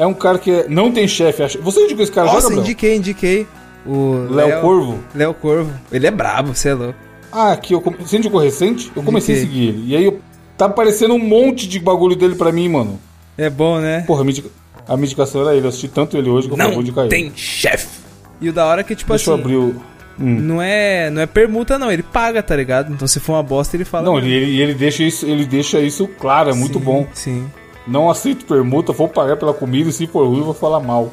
[SPEAKER 3] é um cara que é- não tem chefe. acha- Você indicou esse cara já,
[SPEAKER 5] Nossa,
[SPEAKER 3] Gabriel?
[SPEAKER 5] indiquei, indiquei. O
[SPEAKER 3] Léo Corvo?
[SPEAKER 5] Léo Corvo. Ele é brabo, você é louco.
[SPEAKER 3] Ah, aqui eu come... Você indicou recente? Eu comecei a
[SPEAKER 5] Indiquei.
[SPEAKER 3] seguir ele. E aí eu- tá aparecendo um monte de bagulho dele pra mim, mano.
[SPEAKER 5] É bom, né?
[SPEAKER 3] Porra, a, minha indica- a minha indicação era ele. Eu assisti tanto ele hoje que eu falei, vou indicar ele.
[SPEAKER 5] chefe. E o da hora é que, tipo
[SPEAKER 3] Tipo Deixa eu
[SPEAKER 5] assim,
[SPEAKER 3] abrir o. Hum.
[SPEAKER 5] não é não é permuta, não. Ele paga, tá ligado? Então se for uma bosta, ele fala.
[SPEAKER 3] Não, ele, ele, ele deixa isso, ele deixa isso claro, é muito
[SPEAKER 5] Sim,
[SPEAKER 3] bom.
[SPEAKER 5] Sim.
[SPEAKER 3] Não aceito permuta, vou pagar pela comida e se for ruim, eu vou falar mal.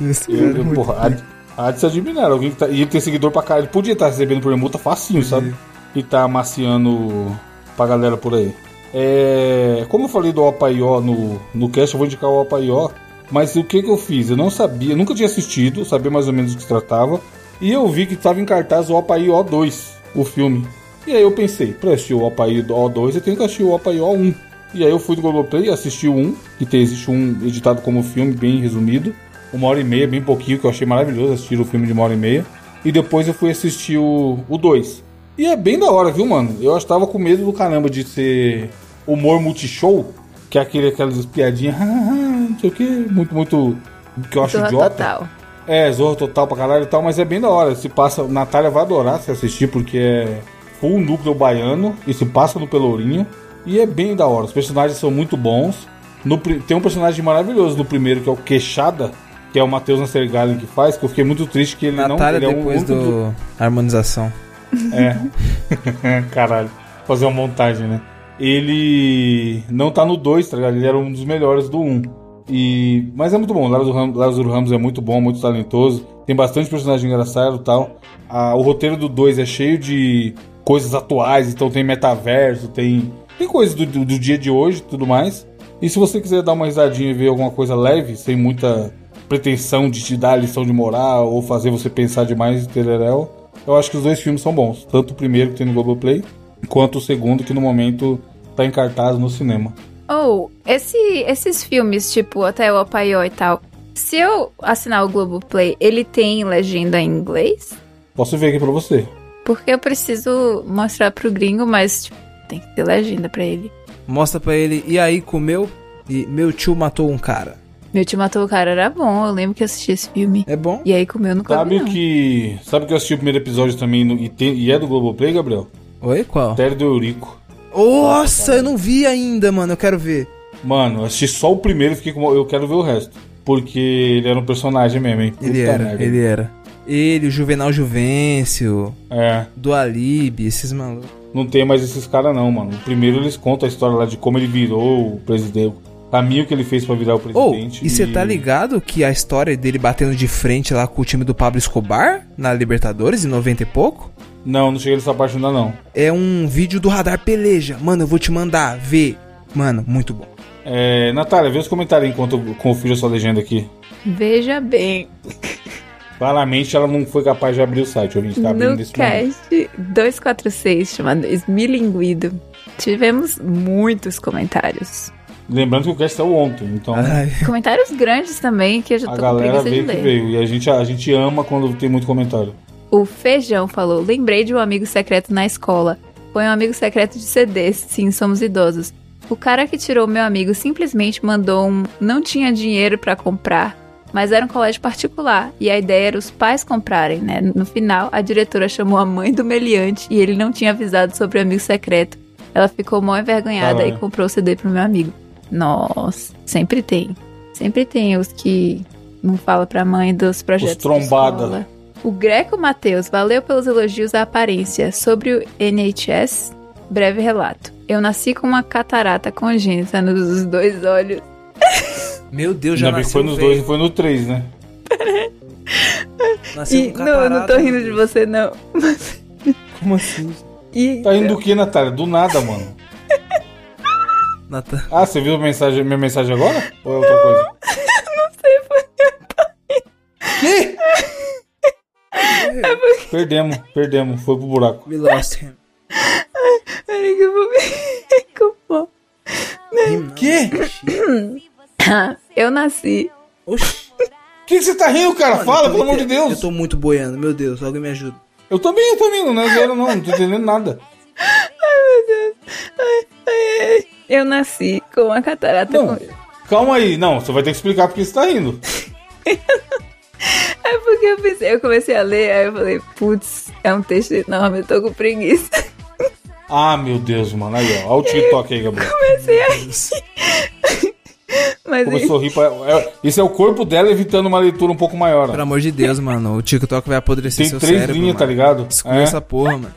[SPEAKER 5] Isso,
[SPEAKER 3] Eu-
[SPEAKER 5] cara,
[SPEAKER 3] eu,
[SPEAKER 5] muito
[SPEAKER 3] porra, há de- há de se admirar. Alguém que tá- E ele tem seguidor pra caralho. Ele podia estar recebendo permuta facinho, sabe? E tá amaciando pra galera por aí. É, Como eu falei do Opaió no, no cast, eu vou indicar o Opaió. Mas o que que eu fiz? Eu não sabia, nunca tinha assistido, sabia mais ou menos do que se tratava. E eu vi que estava em cartaz o Opaió 2, o filme. E aí eu pensei, pra assistir o Opaió 2, eu tenho que assistir o Opaió 1. E aí eu fui no Globoplay, assisti o 1, que tem, existe um editado como filme, bem resumido. Uma hora e meia, bem pouquinho, que eu achei maravilhoso assistir o filme de uma hora e meia. E depois eu fui assistir o 2. E é bem da hora, viu, mano? Eu estava com medo do caramba de ser humor multishow, que é aquele, aquelas piadinhas, <laughs> não sei o que, muito, muito. que eu acho
[SPEAKER 4] Zorra
[SPEAKER 3] idiota.
[SPEAKER 4] total.
[SPEAKER 3] É, Zorro Total pra caralho e tal, mas é bem da hora. Se passa, Natália vai adorar se assistir, porque é full núcleo baiano e se passa no Pelourinho. E é bem da hora. Os personagens são muito bons. No pri- tem um personagem maravilhoso no primeiro, que é o Queixada, que é o Matheus Nassergallen que faz, que eu fiquei muito triste que ele não
[SPEAKER 5] Natália
[SPEAKER 3] ele é um
[SPEAKER 5] depois
[SPEAKER 3] único do-
[SPEAKER 5] do harmonização.
[SPEAKER 3] É. <laughs> Caralho. Fazer uma montagem, né? Ele não tá no 2, tá ligado? Ele era um dos melhores do 1. Um. E... Mas é muito bom. Lázaro Ram- Lázaro Ramos é muito bom, muito talentoso. Tem bastante personagem engraçado e tal. Ah, o roteiro do 2 é cheio de coisas atuais, então tem metaverso, tem, tem coisas do, do- do dia de hoje e tudo mais. E se você quiser dar uma risadinha e ver alguma coisa leve, sem muita pretensão de te dar lição de moral ou fazer você pensar demais, tereréu, eu acho que os dois filmes são bons. Tanto o primeiro que tem no Globoplay, quanto o segundo que no momento tá em cartaz no cinema.
[SPEAKER 4] Ou, esse, esses filmes, tipo Até o Apaió e tal, se eu assinar o Globoplay, ele tem legenda em inglês?
[SPEAKER 3] Posso ver aqui pra você.
[SPEAKER 4] Porque eu preciso mostrar pro gringo, mas tipo, tem que ter legenda pra ele.
[SPEAKER 5] Mostra pra ele, e aí comeu? E meu tio matou um cara.
[SPEAKER 4] Meu tio matou o cara era bom, eu lembro que eu assisti esse filme.
[SPEAKER 5] É bom?
[SPEAKER 4] E aí comeu no
[SPEAKER 3] Sabe
[SPEAKER 4] clube, não.
[SPEAKER 3] que. Sabe que eu assisti o primeiro episódio também no- e, tem- e é do Globoplay, Gabriel?
[SPEAKER 5] Oi, qual?
[SPEAKER 3] Série do Eurico.
[SPEAKER 5] Nossa, eu não vi ainda, mano. Eu quero ver.
[SPEAKER 3] Mano, eu assisti só o primeiro e fiquei com. Eu quero ver o resto. Porque ele era um personagem mesmo, hein? Puta
[SPEAKER 5] Ele era,
[SPEAKER 3] merda.
[SPEAKER 5] ele era. Ele, o Juvenal Juvencio,
[SPEAKER 3] É.
[SPEAKER 5] do Alib, esses malucos.
[SPEAKER 3] Não tem mais esses caras, não, mano. O primeiro eles contam a história lá de como ele virou o presidente. O caminho que ele fez pra virar o
[SPEAKER 5] Ou,
[SPEAKER 3] presidente.
[SPEAKER 5] e você tá ligado que a história dele batendo de frente lá com o time do Pablo Escobar, na Libertadores, em 90 e pouco,
[SPEAKER 3] Não, não cheguei nessa parte ainda, não.
[SPEAKER 5] é um vídeo do Radar Peleja. Mano, eu vou te mandar ver. Mano, muito bom.
[SPEAKER 3] É, Natália, vê os comentários enquanto eu confiro a sua legenda aqui.
[SPEAKER 4] Veja bem,
[SPEAKER 3] Claramente ela não foi capaz de abrir o site, ouvinte. Tá abrindo
[SPEAKER 4] no
[SPEAKER 3] nesse momento.
[SPEAKER 4] cast 246, chamado Esmilinguido, tivemos muitos comentários.
[SPEAKER 3] Lembrando que o cast saiu ontem, então
[SPEAKER 5] Ai,
[SPEAKER 4] Comentários grandes também, que eu já
[SPEAKER 3] a
[SPEAKER 4] tô com
[SPEAKER 3] galera
[SPEAKER 4] preguiça de
[SPEAKER 3] veio que
[SPEAKER 4] ler.
[SPEAKER 3] veio. E a gente, a gente ama quando tem muito comentário.
[SPEAKER 4] O Feijão falou: Lembrei de um amigo secreto na escola. Foi um amigo secreto de CDs. Sim, somos idosos. O cara que tirou meu amigo simplesmente mandou um não tinha dinheiro pra comprar, mas era um colégio particular e a ideia era os pais comprarem, né? No final, a diretora chamou a mãe do meliante e ele não tinha avisado sobre o amigo secreto. Ela ficou mal envergonhada
[SPEAKER 3] Caralho.
[SPEAKER 4] e comprou o CD pro meu amigo. Nossa, sempre tem. Sempre tem os que não fala pra mãe dos projetos. de
[SPEAKER 3] trombada.
[SPEAKER 4] escola. O Greco Matheus, valeu pelos elogios à aparência. Sobre o NHS, breve relato. Eu nasci com uma catarata congênita nos dois olhos.
[SPEAKER 5] meu Deus, já
[SPEAKER 3] Ainda bem que foi
[SPEAKER 5] nasceu
[SPEAKER 3] nos
[SPEAKER 5] velho.
[SPEAKER 3] dois e foi no três, né?
[SPEAKER 5] Nasceu
[SPEAKER 4] E,
[SPEAKER 5] com
[SPEAKER 4] não, eu não tô
[SPEAKER 5] catarata.
[SPEAKER 4] rindo de você, não.
[SPEAKER 5] Como assim?
[SPEAKER 4] E,
[SPEAKER 3] Tá indo o que, Natália? Do nada, mano.
[SPEAKER 5] Nata-
[SPEAKER 3] Ah, você viu a mensagem, minha mensagem agora? Ou é outra coisa?
[SPEAKER 5] Que?
[SPEAKER 3] É Perdemos, perdemos. Foi pro buraco.
[SPEAKER 5] We lost him.
[SPEAKER 4] Peraí que eu vou <laughs> me culpar.
[SPEAKER 5] Que?
[SPEAKER 4] Eu nasci.
[SPEAKER 5] Oxi.
[SPEAKER 3] O que, que você tá rindo, cara? Fala, pelo amor de Deus.
[SPEAKER 5] Eu tô muito boiando, meu Deus, alguém me ajuda.
[SPEAKER 3] Eu também, eu também. Não é zero, não. Não tô entendendo nada.
[SPEAKER 4] Eu nasci com uma catarata
[SPEAKER 3] Não,
[SPEAKER 4] congênita.
[SPEAKER 3] calma aí. Não, você vai ter que explicar porque você tá rindo.
[SPEAKER 4] É porque eu pensei, eu comecei a ler, aí eu falei, putz, é um texto enorme, eu tô com preguiça. <laughs>
[SPEAKER 3] Ah, meu Deus, mano. Aí, ó. Olha o TikTok aí, Gabriel.
[SPEAKER 4] Comecei a rir. Mas enfim.
[SPEAKER 3] Começou a rir. Pra... é- Esse é o corpo dela evitando uma leitura um pouco maior. ó.
[SPEAKER 5] Pelo amor de Deus, mano, o TikTok vai apodrecer
[SPEAKER 3] Tem
[SPEAKER 5] seu
[SPEAKER 3] três
[SPEAKER 5] cérebro,
[SPEAKER 3] linhas,
[SPEAKER 5] mano.
[SPEAKER 3] tá ligado?
[SPEAKER 5] Exclui
[SPEAKER 3] É.
[SPEAKER 5] essa porra, mano.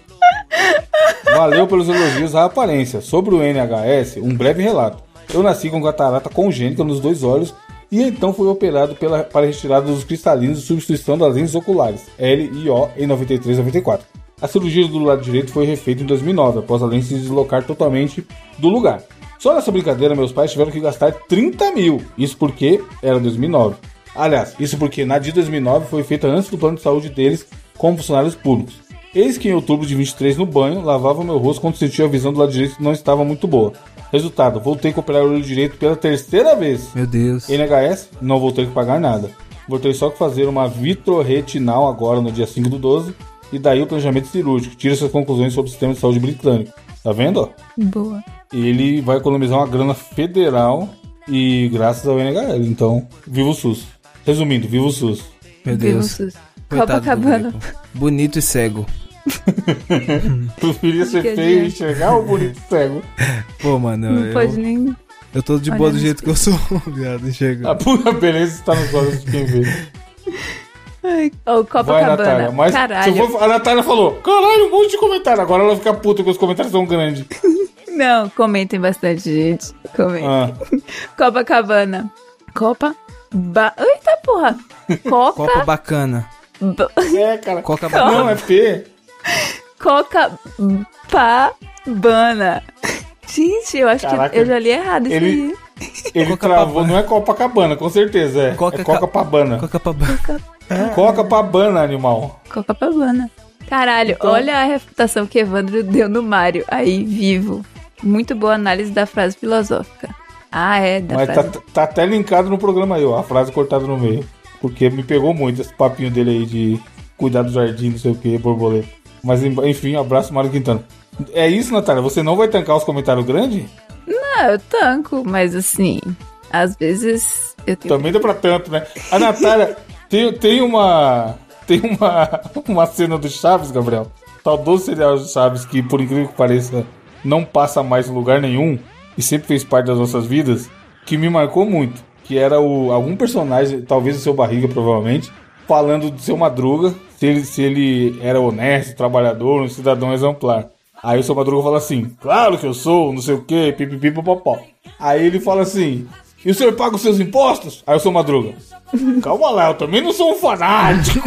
[SPEAKER 3] Valeu pelos elogios à aparência. Sobre o NHS, um breve relato. Eu nasci com catarata congênita nos dois olhos e então fui operado pela, para retirada dos cristalinos e substituição das lentes oculares, L e O, em 93 e 94. A cirurgia do lado direito foi refeita em 2009, após a lente se deslocar totalmente do lugar. Só nessa brincadeira, meus pais tiveram que gastar 30 mil. Isso porque era 2009. Aliás, isso porque na de 2009 foi feita antes do plano de saúde deles como funcionários públicos. Eis que em outubro de 23, no banho, lavava meu rosto quando sentia a visão do lado direito que não estava muito boa. Resultado, voltei a operar o olho direito pela terceira vez.
[SPEAKER 5] Meu Deus.
[SPEAKER 3] NHS, não vou ter que pagar nada. Vou ter só que fazer uma vitroretinal agora no dia 5 do 12 e daí o planejamento cirúrgico. Tira suas conclusões sobre o sistema de saúde britânico. Tá vendo? ó?
[SPEAKER 4] Boa.
[SPEAKER 3] Ele vai economizar uma grana federal e graças ao NHL. Então, viva o SUS. Resumindo, viva o SUS. <laughs>
[SPEAKER 5] Meu Deus.
[SPEAKER 4] Deus.
[SPEAKER 5] Coitado do
[SPEAKER 4] Copacabana.
[SPEAKER 5] Greco. Bonito e cego.
[SPEAKER 3] Preferia
[SPEAKER 4] Que
[SPEAKER 3] ser feio e
[SPEAKER 4] adianta.
[SPEAKER 3] enxergar ou bonito e cego?
[SPEAKER 5] Pô, mano,
[SPEAKER 4] Não
[SPEAKER 5] eu,
[SPEAKER 4] pode nem.
[SPEAKER 5] eu tô de
[SPEAKER 4] Olha
[SPEAKER 5] boa do
[SPEAKER 4] no
[SPEAKER 5] jeito que eu sou, <laughs> viado. Enxerga.
[SPEAKER 3] A pura beleza está nos olhos de quem vê.
[SPEAKER 4] Ai, Ô,
[SPEAKER 3] Vai,
[SPEAKER 4] Copacabana.
[SPEAKER 3] Natália. Mas
[SPEAKER 4] Caralho.
[SPEAKER 3] se eu for- a Natália falou: caralho, um monte de comentário. Agora ela fica puta que os comentários são grandes.
[SPEAKER 4] Não, comentem bastante, gente. Comentem.
[SPEAKER 3] Ah,
[SPEAKER 4] Copacabana. Copa. Ba... Eita
[SPEAKER 3] <laughs>
[SPEAKER 4] porra!
[SPEAKER 5] Copa
[SPEAKER 4] Coca.
[SPEAKER 5] bacana.
[SPEAKER 4] ba- <laughs>
[SPEAKER 3] é, cara.
[SPEAKER 5] Coca bacana.
[SPEAKER 3] Não, é P.
[SPEAKER 4] Coca. Pa. Bana. Gente, eu acho
[SPEAKER 3] Caraca.
[SPEAKER 4] que eu já li errado isso
[SPEAKER 3] Ele-
[SPEAKER 4] aí.
[SPEAKER 3] Ele
[SPEAKER 5] Coca
[SPEAKER 3] travou,
[SPEAKER 5] Pabana.
[SPEAKER 3] não é Copacabana, com certeza. É Coca,
[SPEAKER 5] Coca-
[SPEAKER 3] é Coca Pabana.
[SPEAKER 5] Coca bacana.
[SPEAKER 3] Coca Pabana, animal.
[SPEAKER 4] Copacabana. Caralho,
[SPEAKER 3] Então-
[SPEAKER 4] olha a refutação que Evandro deu no Mário. Aí, vivo. Muito boa análise da frase filosófica. Ah, é, da
[SPEAKER 3] Mas tá,
[SPEAKER 4] frase.
[SPEAKER 3] tá até linkado no programa aí, ó. A frase cortada no meio. Porque me pegou muito esse papinho dele aí de cuidar do jardim, não sei o que, borboleta. Mas em- enfim, abraço, Mário Quintana. É isso, Natália? Você não vai tancar os comentários grandes?
[SPEAKER 4] Ah, eu tanco, mas assim, às vezes eu tenho.
[SPEAKER 3] Também deu pra tanto, né? A Natália, tem, tem uma. Tem uma, uma cena do Chaves, Gabriel. Tal do serial do Chaves que, por incrível que pareça, não passa mais em lugar nenhum e sempre fez parte das nossas vidas, que me marcou muito. Que era o, algum personagem, talvez o seu barriga, provavelmente, falando do seu madruga, se ele, se ele era honesto, trabalhador, um cidadão exemplar. Aí o seu Madruga fala assim, claro que eu sou, não sei o que, pipipi, popopó. Aí ele fala assim, e o senhor paga os seus impostos? Aí o seu Madruga, calma lá, eu também não sou um fanático.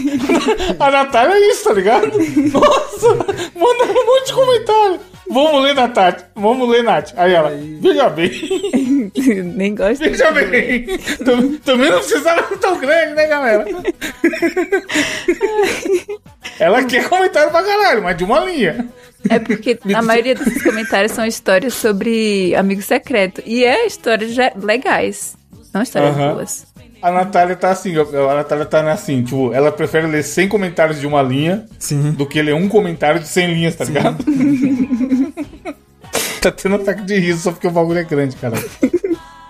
[SPEAKER 3] <laughs> A Natália é isso, tá ligado? Nossa, manda um monte de comentário. Vamos ler, Natália, vamos ler, Nath. Aí ela, veja bem, <laughs>
[SPEAKER 4] <laughs> Nem gosto.
[SPEAKER 3] veja bem. Tam- Também não precisava ser tão grande, né, galera? <laughs> Ela quer comentário pra caralho, mas de uma linha.
[SPEAKER 4] <laughs> É porque a maioria desses comentários são histórias sobre amigo secreto. E é histórias já- legais, não histórias
[SPEAKER 3] Aham.
[SPEAKER 4] boas.
[SPEAKER 3] A Natália tá assim, ó, a Natália tá assim, tipo, ela prefere ler 100 comentários de uma linha
[SPEAKER 5] Sim.
[SPEAKER 3] do que ler um comentário de 100 linhas, tá ligado? <laughs> tá tendo ataque de riso só porque o bagulho é grande, cara.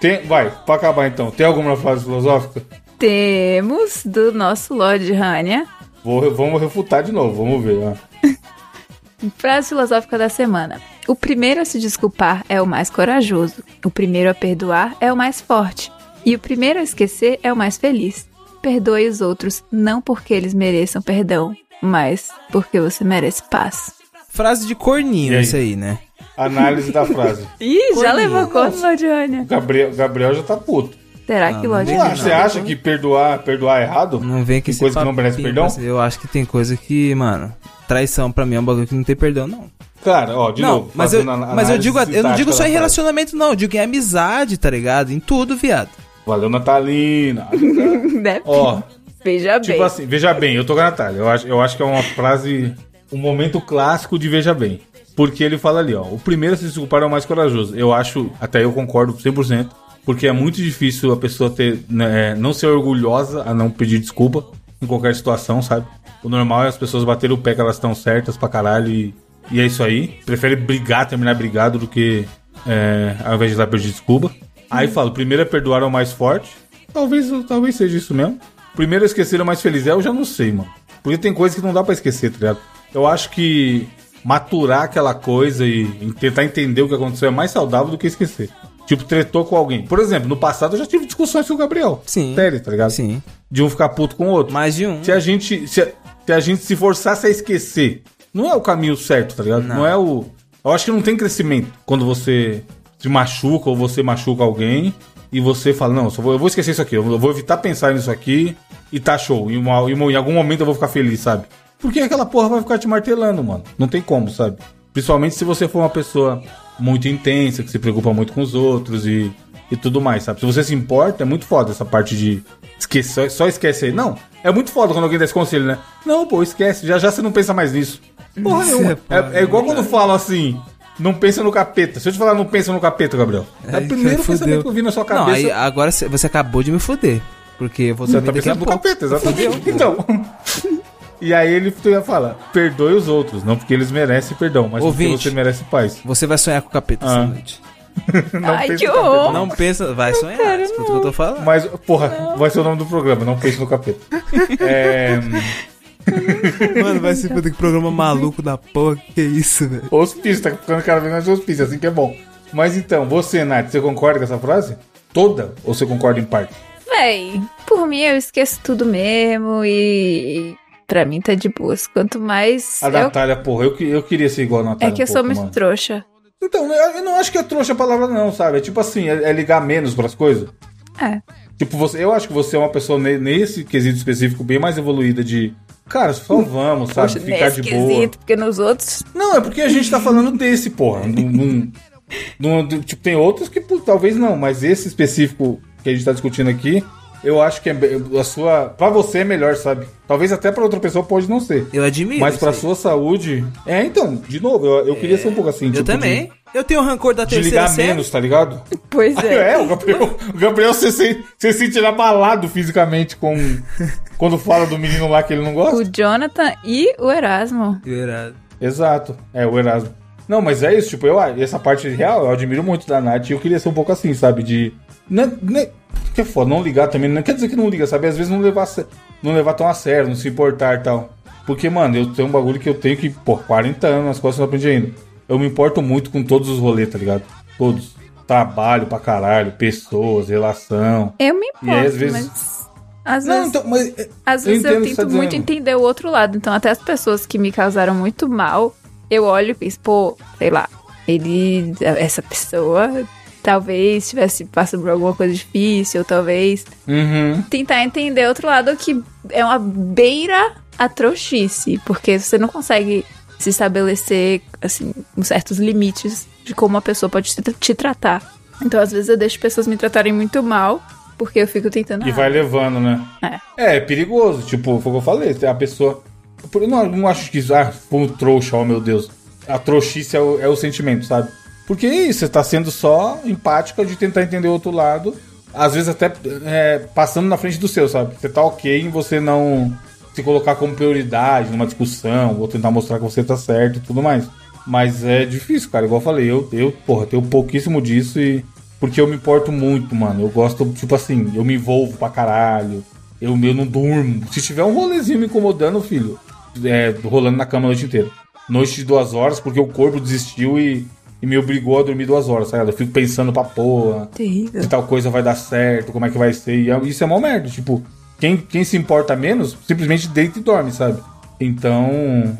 [SPEAKER 3] Tem, vai, pra acabar então, tem alguma frase filosófica?
[SPEAKER 4] Temos do nosso Lorde Hania,
[SPEAKER 3] Vou, vamos refutar de novo, vamos ver. ó.
[SPEAKER 4] frase filosófica da semana. O primeiro a se desculpar é o mais corajoso. O primeiro a perdoar é o mais forte. E o primeiro a esquecer é o mais feliz. Perdoe os outros, não porque eles mereçam perdão, mas porque você merece paz.
[SPEAKER 5] Frase de corninho
[SPEAKER 3] E aí?
[SPEAKER 5] essa aí, né?
[SPEAKER 3] Análise da frase.
[SPEAKER 4] Ih, já
[SPEAKER 5] Corninho.
[SPEAKER 4] levou conta, Lorde Hania.
[SPEAKER 3] Gabriel, Gabriel já tá puto.
[SPEAKER 4] Será
[SPEAKER 5] Ah,
[SPEAKER 4] que
[SPEAKER 5] não
[SPEAKER 4] Lorde
[SPEAKER 5] vem
[SPEAKER 3] Ah,
[SPEAKER 4] Hania...
[SPEAKER 3] Você acha que perdoar, perdoar é errado?
[SPEAKER 5] Não vem que
[SPEAKER 3] Tem coisa que não merece perdão?
[SPEAKER 5] Eu acho que tem coisa que, mano, traição pra mim é um bagulho que não tem perdão, não.
[SPEAKER 3] Cara, ó, de
[SPEAKER 5] não,
[SPEAKER 3] novo.
[SPEAKER 5] mas eu,
[SPEAKER 3] fazendo a-
[SPEAKER 5] mas eu
[SPEAKER 3] análise
[SPEAKER 5] digo, eu não
[SPEAKER 3] sintática
[SPEAKER 5] digo só
[SPEAKER 3] da
[SPEAKER 5] em
[SPEAKER 3] frase.
[SPEAKER 5] relacionamento, não. Eu digo em amizade, tá ligado? Em tudo, viado.
[SPEAKER 3] Valeu,
[SPEAKER 5] <laughs>
[SPEAKER 3] Natalina.
[SPEAKER 4] Né?
[SPEAKER 3] Ó,
[SPEAKER 4] Veja
[SPEAKER 3] Tipo
[SPEAKER 4] bem.
[SPEAKER 3] assim, veja bem, eu tô com a Natália. Eu acho, eu acho que é uma frase, um momento clássico de veja bem. Porque ele fala ali, ó, o primeiro a se desculpar é o mais corajoso. Eu acho, até eu concordo 100%, porque é muito difícil a pessoa ter, né, é, não ser orgulhosa a não pedir desculpa em qualquer situação, sabe? O normal é as pessoas baterem o pé que elas estão certas pra caralho e, e é isso aí. Prefere brigar, terminar brigado do que é, ao invés de dar pedir desculpa. Aí fala, o primeiro é perdoar ao mais forte. Talvez, talvez seja isso mesmo. Primeiro esqueceram mais feliz. É, eu já não sei, mano. Porque tem coisa que não dá pra esquecer, tá ligado? Eu acho que maturar aquela coisa e, e tentar entender o que aconteceu é mais saudável do que esquecer. Tipo, tretou com alguém. Por exemplo, no passado eu já tive discussões com o Gabriel.
[SPEAKER 5] Sim.
[SPEAKER 3] Sério, tá ligado?
[SPEAKER 5] Sim.
[SPEAKER 3] De um ficar puto com o outro.
[SPEAKER 5] Mais de um.
[SPEAKER 3] Se a gente se a, se a gente se forçasse a esquecer, não é o caminho certo, tá ligado? Não. é o. Eu acho que não tem crescimento quando você se machuca ou você machuca alguém e você fala, não, eu só vou, eu vou esquecer isso aqui, eu vou evitar pensar nisso aqui e tá show. E uma- e uma- em algum momento eu vou ficar feliz, sabe? Porque aquela porra vai ficar te martelando, mano. Não tem como, sabe? Principalmente se você for uma pessoa muito intensa, que se preocupa muito com os outros e, e tudo mais, sabe? Se você se importa, é muito foda essa parte de esquecer, só, só esquece aí. Não, é muito foda quando alguém dá esse conselho, né? Não, pô, esquece, já já você não pensa mais nisso. Porra
[SPEAKER 5] Isso é
[SPEAKER 3] nenhuma. É,
[SPEAKER 5] foda,
[SPEAKER 3] é igual quando falam assim, não pensa no capeta. Se eu te falar não pensa no capeta, Gabriel, é o
[SPEAKER 5] Aí,
[SPEAKER 3] primeiro
[SPEAKER 5] <laughs> fudeu.
[SPEAKER 3] pensamento que eu vi na sua cabeça.
[SPEAKER 5] Não, aí agora cê- você acabou de me foder. Porque eu vou
[SPEAKER 3] Você
[SPEAKER 5] dormir
[SPEAKER 3] tá
[SPEAKER 5] daqui a
[SPEAKER 3] pensando no
[SPEAKER 5] <laughs> pouco.
[SPEAKER 3] capeta, exatamente. Então, E aí ele ia falar, perdoe os outros, não porque eles merecem perdão, mas
[SPEAKER 5] Ouvinte.
[SPEAKER 3] porque você merece paz.
[SPEAKER 5] Você vai sonhar com o capeta
[SPEAKER 3] Ah.
[SPEAKER 5] essa noite.
[SPEAKER 3] Não
[SPEAKER 4] Ai,
[SPEAKER 3] pense
[SPEAKER 4] que
[SPEAKER 3] no capeta.
[SPEAKER 4] horror.
[SPEAKER 5] Não pensa, vai sonhar.
[SPEAKER 4] quero,
[SPEAKER 5] Escuta o que eu tô falando.
[SPEAKER 3] Mas, porra, vai ser o nome do programa, não pense no
[SPEAKER 5] <laughs>
[SPEAKER 3] capeta. É,
[SPEAKER 5] Mano, vai se fuder que programa maluco da porra. Que isso, velho?
[SPEAKER 3] hospício, tá ficando cada vez mais hospício, assim que é bom. Mas então, você, Nath, você concorda com essa frase? Toda? Ou você concorda em parte?
[SPEAKER 4] Véi, por mim eu esqueço tudo mesmo e. Pra mim tá de boas. Quanto mais.
[SPEAKER 3] A
[SPEAKER 4] Eu...
[SPEAKER 3] Natália, porra, eu, que- eu queria ser igual a
[SPEAKER 4] É
[SPEAKER 3] Natália.
[SPEAKER 4] que
[SPEAKER 3] um
[SPEAKER 4] eu sou
[SPEAKER 3] pouco,
[SPEAKER 4] muito
[SPEAKER 3] mano.
[SPEAKER 4] trouxa.
[SPEAKER 3] Então, eu eu não acho que é trouxa a palavra, não, sabe? É tipo assim, é, é ligar menos pras coisas.
[SPEAKER 4] É.
[SPEAKER 3] Tipo, você, eu acho que você é uma pessoa ne- nesse quesito específico bem mais evoluída de. Cara, só vamos, sabe?
[SPEAKER 4] Hum. Poxa,
[SPEAKER 3] Ficar
[SPEAKER 4] nesse
[SPEAKER 3] de boa.
[SPEAKER 4] quesito, porque nos outros.
[SPEAKER 3] Não, é porque a gente tá falando desse, porra. Num- num- num- do- tipo, tem outros que pô, talvez não, mas esse específico que a gente tá discutindo aqui, eu acho que é be- a sua. Pra você é melhor, sabe? Talvez até pra outra pessoa pode não ser.
[SPEAKER 5] Eu admiro.
[SPEAKER 3] Mas
[SPEAKER 5] isso
[SPEAKER 3] pra
[SPEAKER 5] aí.
[SPEAKER 3] sua saúde. É, então, de novo, eu, eu queria ser um pouco assim.
[SPEAKER 5] É, Eu
[SPEAKER 3] tipo,
[SPEAKER 5] também.
[SPEAKER 3] De,
[SPEAKER 5] Eu tenho rancor da
[SPEAKER 3] de
[SPEAKER 5] terceira
[SPEAKER 3] ligar
[SPEAKER 5] série.
[SPEAKER 3] menos, tá
[SPEAKER 5] <laughs>
[SPEAKER 3] ligado?
[SPEAKER 4] Pois é.
[SPEAKER 3] É, o Gabriel, o Gabriel você, se, você se tira abalado fisicamente com, quando fala do menino lá que ele não gosta.
[SPEAKER 4] O Jonathan e o Erasmo.
[SPEAKER 5] Verdade.
[SPEAKER 3] Exato. É, o Erasmo. Não, mas é isso, tipo, eu ah, essa parte real, eu admiro muito da Nath e eu queria ser um pouco assim, sabe? De. Né, né, que é foda, não ligar também. Não quer dizer que não liga, sabe? Às vezes não levar, a sé- não levar tão a sério, não se importar e tal. Porque, mano, eu tenho um bagulho que eu tenho que, pô, 40 anos, as coisas eu não aprendi ainda. Eu me importo muito com todos os rolês, tá ligado? Todos. Trabalho pra caralho, pessoas, relação.
[SPEAKER 4] Eu me importo,
[SPEAKER 3] E aí, às vezes-
[SPEAKER 4] mas. Às
[SPEAKER 3] Não,
[SPEAKER 4] vezes,
[SPEAKER 3] então, mas. é,
[SPEAKER 4] às vezes eu,
[SPEAKER 3] entendo o que você
[SPEAKER 4] tento
[SPEAKER 3] tá
[SPEAKER 4] muito
[SPEAKER 3] dizendo.
[SPEAKER 4] entender o outro lado. Então, até as pessoas que me causaram muito mal, eu olho e penso, pô, sei lá, ele. Essa pessoa talvez tivesse passado por alguma coisa difícil, ou talvez.
[SPEAKER 3] Uhum.
[SPEAKER 4] tentar entender outro lado que é uma beira à trouxice, porque você não consegue se estabelecer, assim, uns certos limites de como uma pessoa pode te, te tratar. Então, às vezes, eu deixo pessoas me tratarem muito mal, porque eu fico tentando.
[SPEAKER 3] E
[SPEAKER 4] ah,
[SPEAKER 3] vai levando, né?
[SPEAKER 4] É.
[SPEAKER 3] É, é perigoso. Tipo, foi o que eu falei. A pessoa. Eu não, não acho que isso. Ah, foi um trouxa, oh meu Deus. A trouxice é o, é o sentimento, sabe? Porque é isso, você tá sendo só empática de tentar entender o outro lado. Às vezes até é, passando na frente do seu, sabe? Você tá ok em você não se colocar como prioridade numa discussão, ou tentar mostrar que você tá certo e tudo mais. Mas é difícil, cara. Igual eu falei, eu, eu porra, tenho pouquíssimo disso e. Porque eu me importo muito, mano. Eu gosto, tipo assim, eu me envolvo pra caralho. Eu, eu não durmo. Se tiver um rolezinho me incomodando, filho, é, rolando na cama a noite inteira. Noite de duas horas, porque o corpo desistiu e, e me obrigou a dormir duas horas, sabe? Eu fico pensando pra porra,
[SPEAKER 4] Terrível.
[SPEAKER 3] se tal coisa vai dar certo, como é que vai ser. E é- isso é mó merda. Tipo, quem, quem se importa menos, simplesmente deita e dorme, sabe? Então,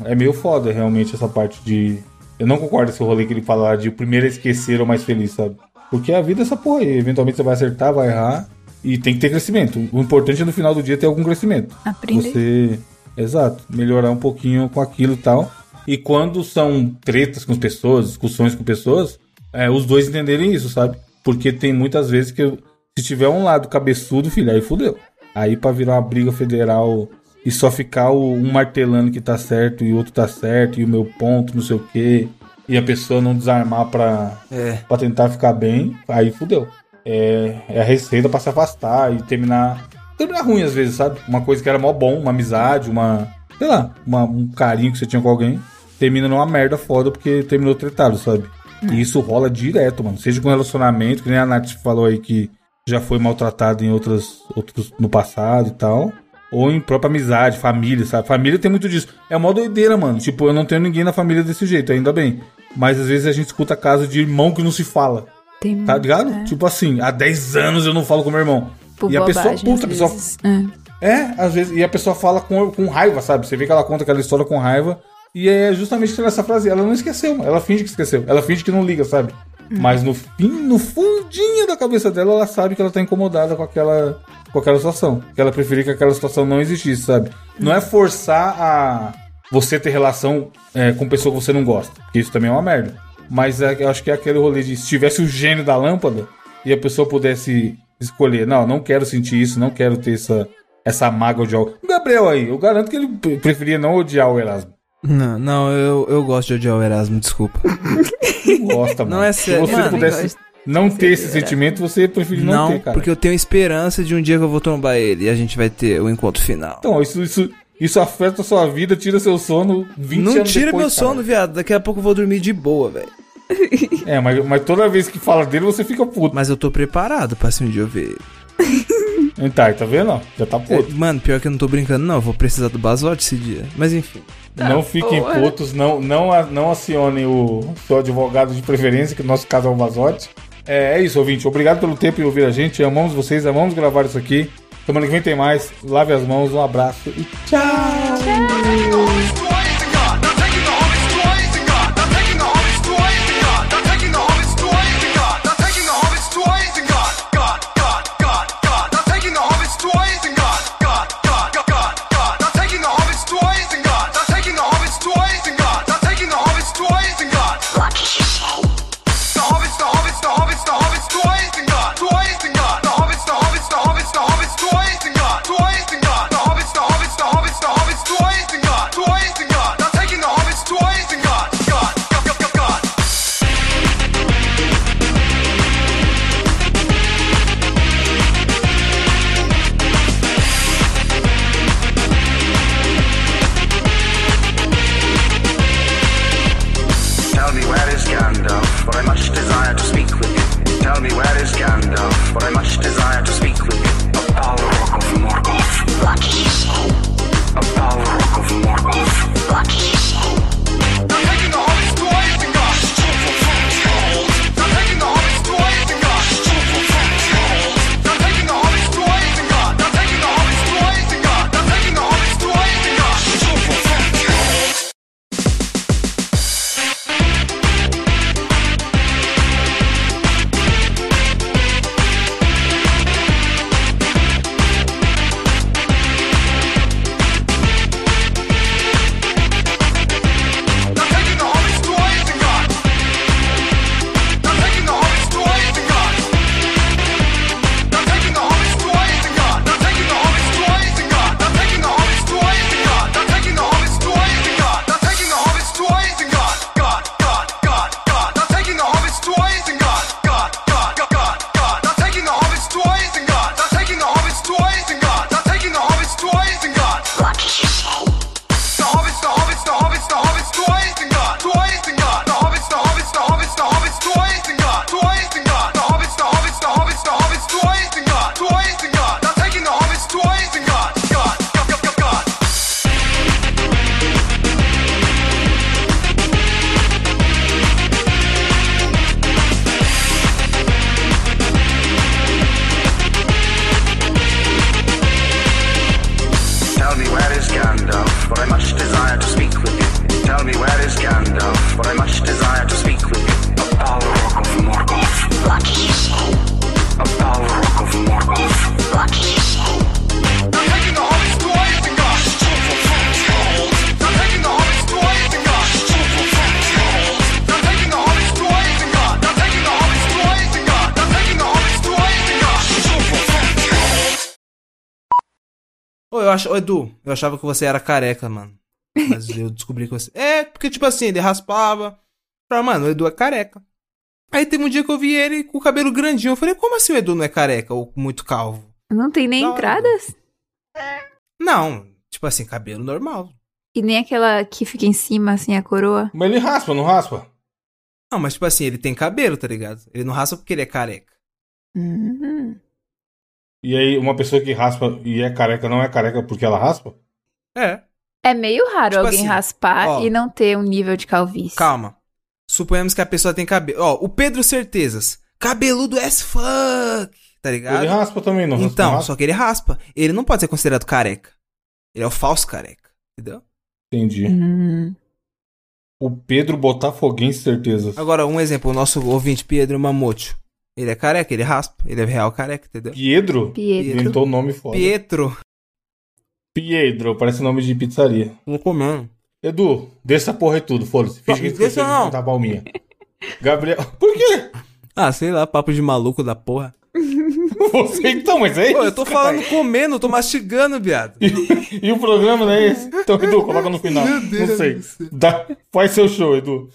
[SPEAKER 3] é meio foda realmente essa parte de. Eu não concordo com esse rolê que ele fala de o primeiro a esquecer ou mais feliz, sabe? Porque a vida é essa porra aí. Eventualmente você vai acertar, vai errar. E tem que ter crescimento. O importante é no final do dia ter algum crescimento.
[SPEAKER 4] Aprender.
[SPEAKER 3] Você. Exato. Melhorar um pouquinho com aquilo e tal. E quando são tretas com as pessoas, discussões com pessoas, é, os dois entenderem isso, sabe? Porque tem muitas vezes que eu- se tiver um lado cabeçudo, filho, aí fudeu. Aí pra virar uma briga federal e só ficar o- um martelando que tá certo e o outro tá certo e o meu ponto, não sei o quê. E a pessoa não desarmar pra,
[SPEAKER 5] É.
[SPEAKER 3] pra tentar ficar bem, aí fudeu. É, é a receita pra se afastar e terminar. Terminar é ruim às vezes, sabe? Uma coisa que era mó bom, uma amizade, uma. Sei lá, uma- um carinho que você tinha com alguém, termina numa merda foda porque terminou tretado, sabe? E isso rola direto, mano. Seja com relacionamento, que nem a Nath falou aí que já foi maltratado em outras, outros no passado e tal. Ou em própria amizade, família, sabe? Família tem muito disso. É uma doideira, mano. Tipo, eu não tenho ninguém na família desse jeito, ainda bem. Mas às vezes a gente escuta caso de irmão que não se fala.
[SPEAKER 4] Tem
[SPEAKER 3] Tá ligado? Tipo assim, há 10 anos eu não falo com meu irmão.
[SPEAKER 4] é. por
[SPEAKER 3] e a pessoa
[SPEAKER 4] bobagem,
[SPEAKER 3] puta, a
[SPEAKER 4] às
[SPEAKER 3] pessoa
[SPEAKER 4] vezes. É.
[SPEAKER 3] é, às vezes. E a pessoa fala com, com raiva, sabe? Você vê que ela conta aquela história com raiva. E é justamente essa frase. Ela não esqueceu. Ela finge que esqueceu. Ela finge que não liga, sabe? Mas no fim, no fundinho da cabeça dela, ela sabe que ela tá incomodada com aquela, com aquela situação. Que ela preferia que aquela situação não existisse, sabe? Não é forçar a você ter relação é, com pessoa que você não gosta. Porque isso também é uma merda. Mas é- eu acho que é aquele rolê de se tivesse o gênio da lâmpada e a pessoa pudesse escolher, não, não quero sentir isso, não quero ter essa, essa mágoa de algo. O Gabriel aí, eu garanto que ele pre- preferia não odiar o Erasmo.
[SPEAKER 5] Não, não eu, eu gosto de odiar o Erasmo, desculpa.
[SPEAKER 3] Não Gosta, mano.
[SPEAKER 5] <laughs> Não, é
[SPEAKER 3] Se
[SPEAKER 5] sério.
[SPEAKER 3] você
[SPEAKER 5] Mano,
[SPEAKER 3] pudesse
[SPEAKER 4] gosto.
[SPEAKER 3] não ter esse sentimento, você preferia não,
[SPEAKER 5] é. Não,
[SPEAKER 3] ter, cara.
[SPEAKER 5] porque eu tenho esperança de um dia que eu vou trombar ele e a gente vai ter o encontro final.
[SPEAKER 3] Então, isso, isso, Isso afeta a sua vida, tira seu sono 20
[SPEAKER 5] Não
[SPEAKER 3] anos
[SPEAKER 5] tira
[SPEAKER 3] depois,
[SPEAKER 5] meu
[SPEAKER 3] cara.
[SPEAKER 5] sono, viado. Daqui a pouco eu vou dormir de boa, velho.
[SPEAKER 3] É, mas, mas toda vez que fala dele, você fica puto.
[SPEAKER 5] Mas eu tô preparado pra se um dia eu ver.
[SPEAKER 3] Tá, e tá vendo? ó? Já tá
[SPEAKER 5] É,
[SPEAKER 3] puto.
[SPEAKER 5] mano, pior que eu não tô brincando, não. Eu vou precisar do Basote esse dia. Mas enfim.
[SPEAKER 3] não fiquem
[SPEAKER 4] porra.
[SPEAKER 3] putos, não, não, a- não acione o seu advogado de preferência, que no nosso caso é o Bazotti. É, é isso, ouvinte. Obrigado pelo tempo e ouvir a gente. Amamos vocês, amamos gravar isso aqui. Semana que vem tem mais. Lave as mãos, um abraço e
[SPEAKER 7] Tell me where is Gandalf, for I much desire to speak with you. Tell me where is Gandalf, for I much desire to speak with you. A Balrog of Morgoth. What did you say? A Balrog of Morgoth. What did you say? Tell me where is Gandalf, for I much desire to speak with you. Tell me where is Gandalf, for I much desire to speak with you. A Balrog of Morgoth. What did you say? A Balrog of Morgoth. What did you say?
[SPEAKER 5] Ô, eu acho, ô, Edu, eu achava que você era careca, mano. Mas eu descobri que você. É, porque, tipo assim, ele raspava. Falei, mano, o Edu é careca. Aí teve um dia que eu vi ele com o cabelo grandinho. Eu falei, como assim o Edu não é careca ou muito calvo?
[SPEAKER 4] Não tem nem
[SPEAKER 5] Da hora.
[SPEAKER 4] entradas?
[SPEAKER 5] Não, tipo assim, cabelo normal.
[SPEAKER 4] E nem aquela que fica em cima, assim, a coroa.
[SPEAKER 3] Mas ele raspa, não raspa?
[SPEAKER 5] Não, mas tipo assim, ele tem cabelo, tá ligado? Ele não raspa porque ele é careca.
[SPEAKER 4] Hum.
[SPEAKER 3] E aí, uma pessoa que raspa e é careca não é careca porque ela raspa?
[SPEAKER 5] É,
[SPEAKER 4] É meio raro
[SPEAKER 5] Tipo
[SPEAKER 4] alguém
[SPEAKER 5] assim,
[SPEAKER 4] raspar
[SPEAKER 5] ó.
[SPEAKER 4] e não ter um nível de calvície.
[SPEAKER 5] calma. Suponhamos que a pessoa tem cabelo. Ó, o Pedro Certezas. Cabeludo as fuck, tá ligado?
[SPEAKER 3] Ele raspa também, não raspa, não
[SPEAKER 5] Então,
[SPEAKER 3] raspa?
[SPEAKER 5] só que ele raspa. Ele não pode ser considerado careca. Ele é o falso careca. Entendeu?
[SPEAKER 3] Entendi.
[SPEAKER 4] Hum.
[SPEAKER 3] O Pedro Botafoguense, certezas.
[SPEAKER 5] Agora, um exemplo. O nosso ouvinte, Pedro Mamotio. Ele é careca, ele raspa. Ele é real careca, entendeu?
[SPEAKER 3] Piedro?
[SPEAKER 4] Pietro.
[SPEAKER 3] Inventou o nome foda.
[SPEAKER 5] Pietro.
[SPEAKER 3] Piedro, parece nome de pizzaria.
[SPEAKER 5] Não comendo.
[SPEAKER 3] Edu, deixa essa porra aí tudo, foda-se. Finge que
[SPEAKER 5] Não, deixa
[SPEAKER 3] esqueceu de
[SPEAKER 5] não.
[SPEAKER 3] contar a palminha. Gabriel. <laughs> Por quê?
[SPEAKER 5] Ah, sei lá, papo de maluco da porra.
[SPEAKER 3] Você então, mas é isso.
[SPEAKER 5] Pô,
[SPEAKER 3] <laughs>
[SPEAKER 5] eu tô falando comendo, eu tô mastigando, viado.
[SPEAKER 3] E, e o programa não é esse? Então, Edu, coloca no final.
[SPEAKER 5] Meu Deus
[SPEAKER 3] não sei.
[SPEAKER 5] do céu.
[SPEAKER 3] Dá, faz seu show, Edu.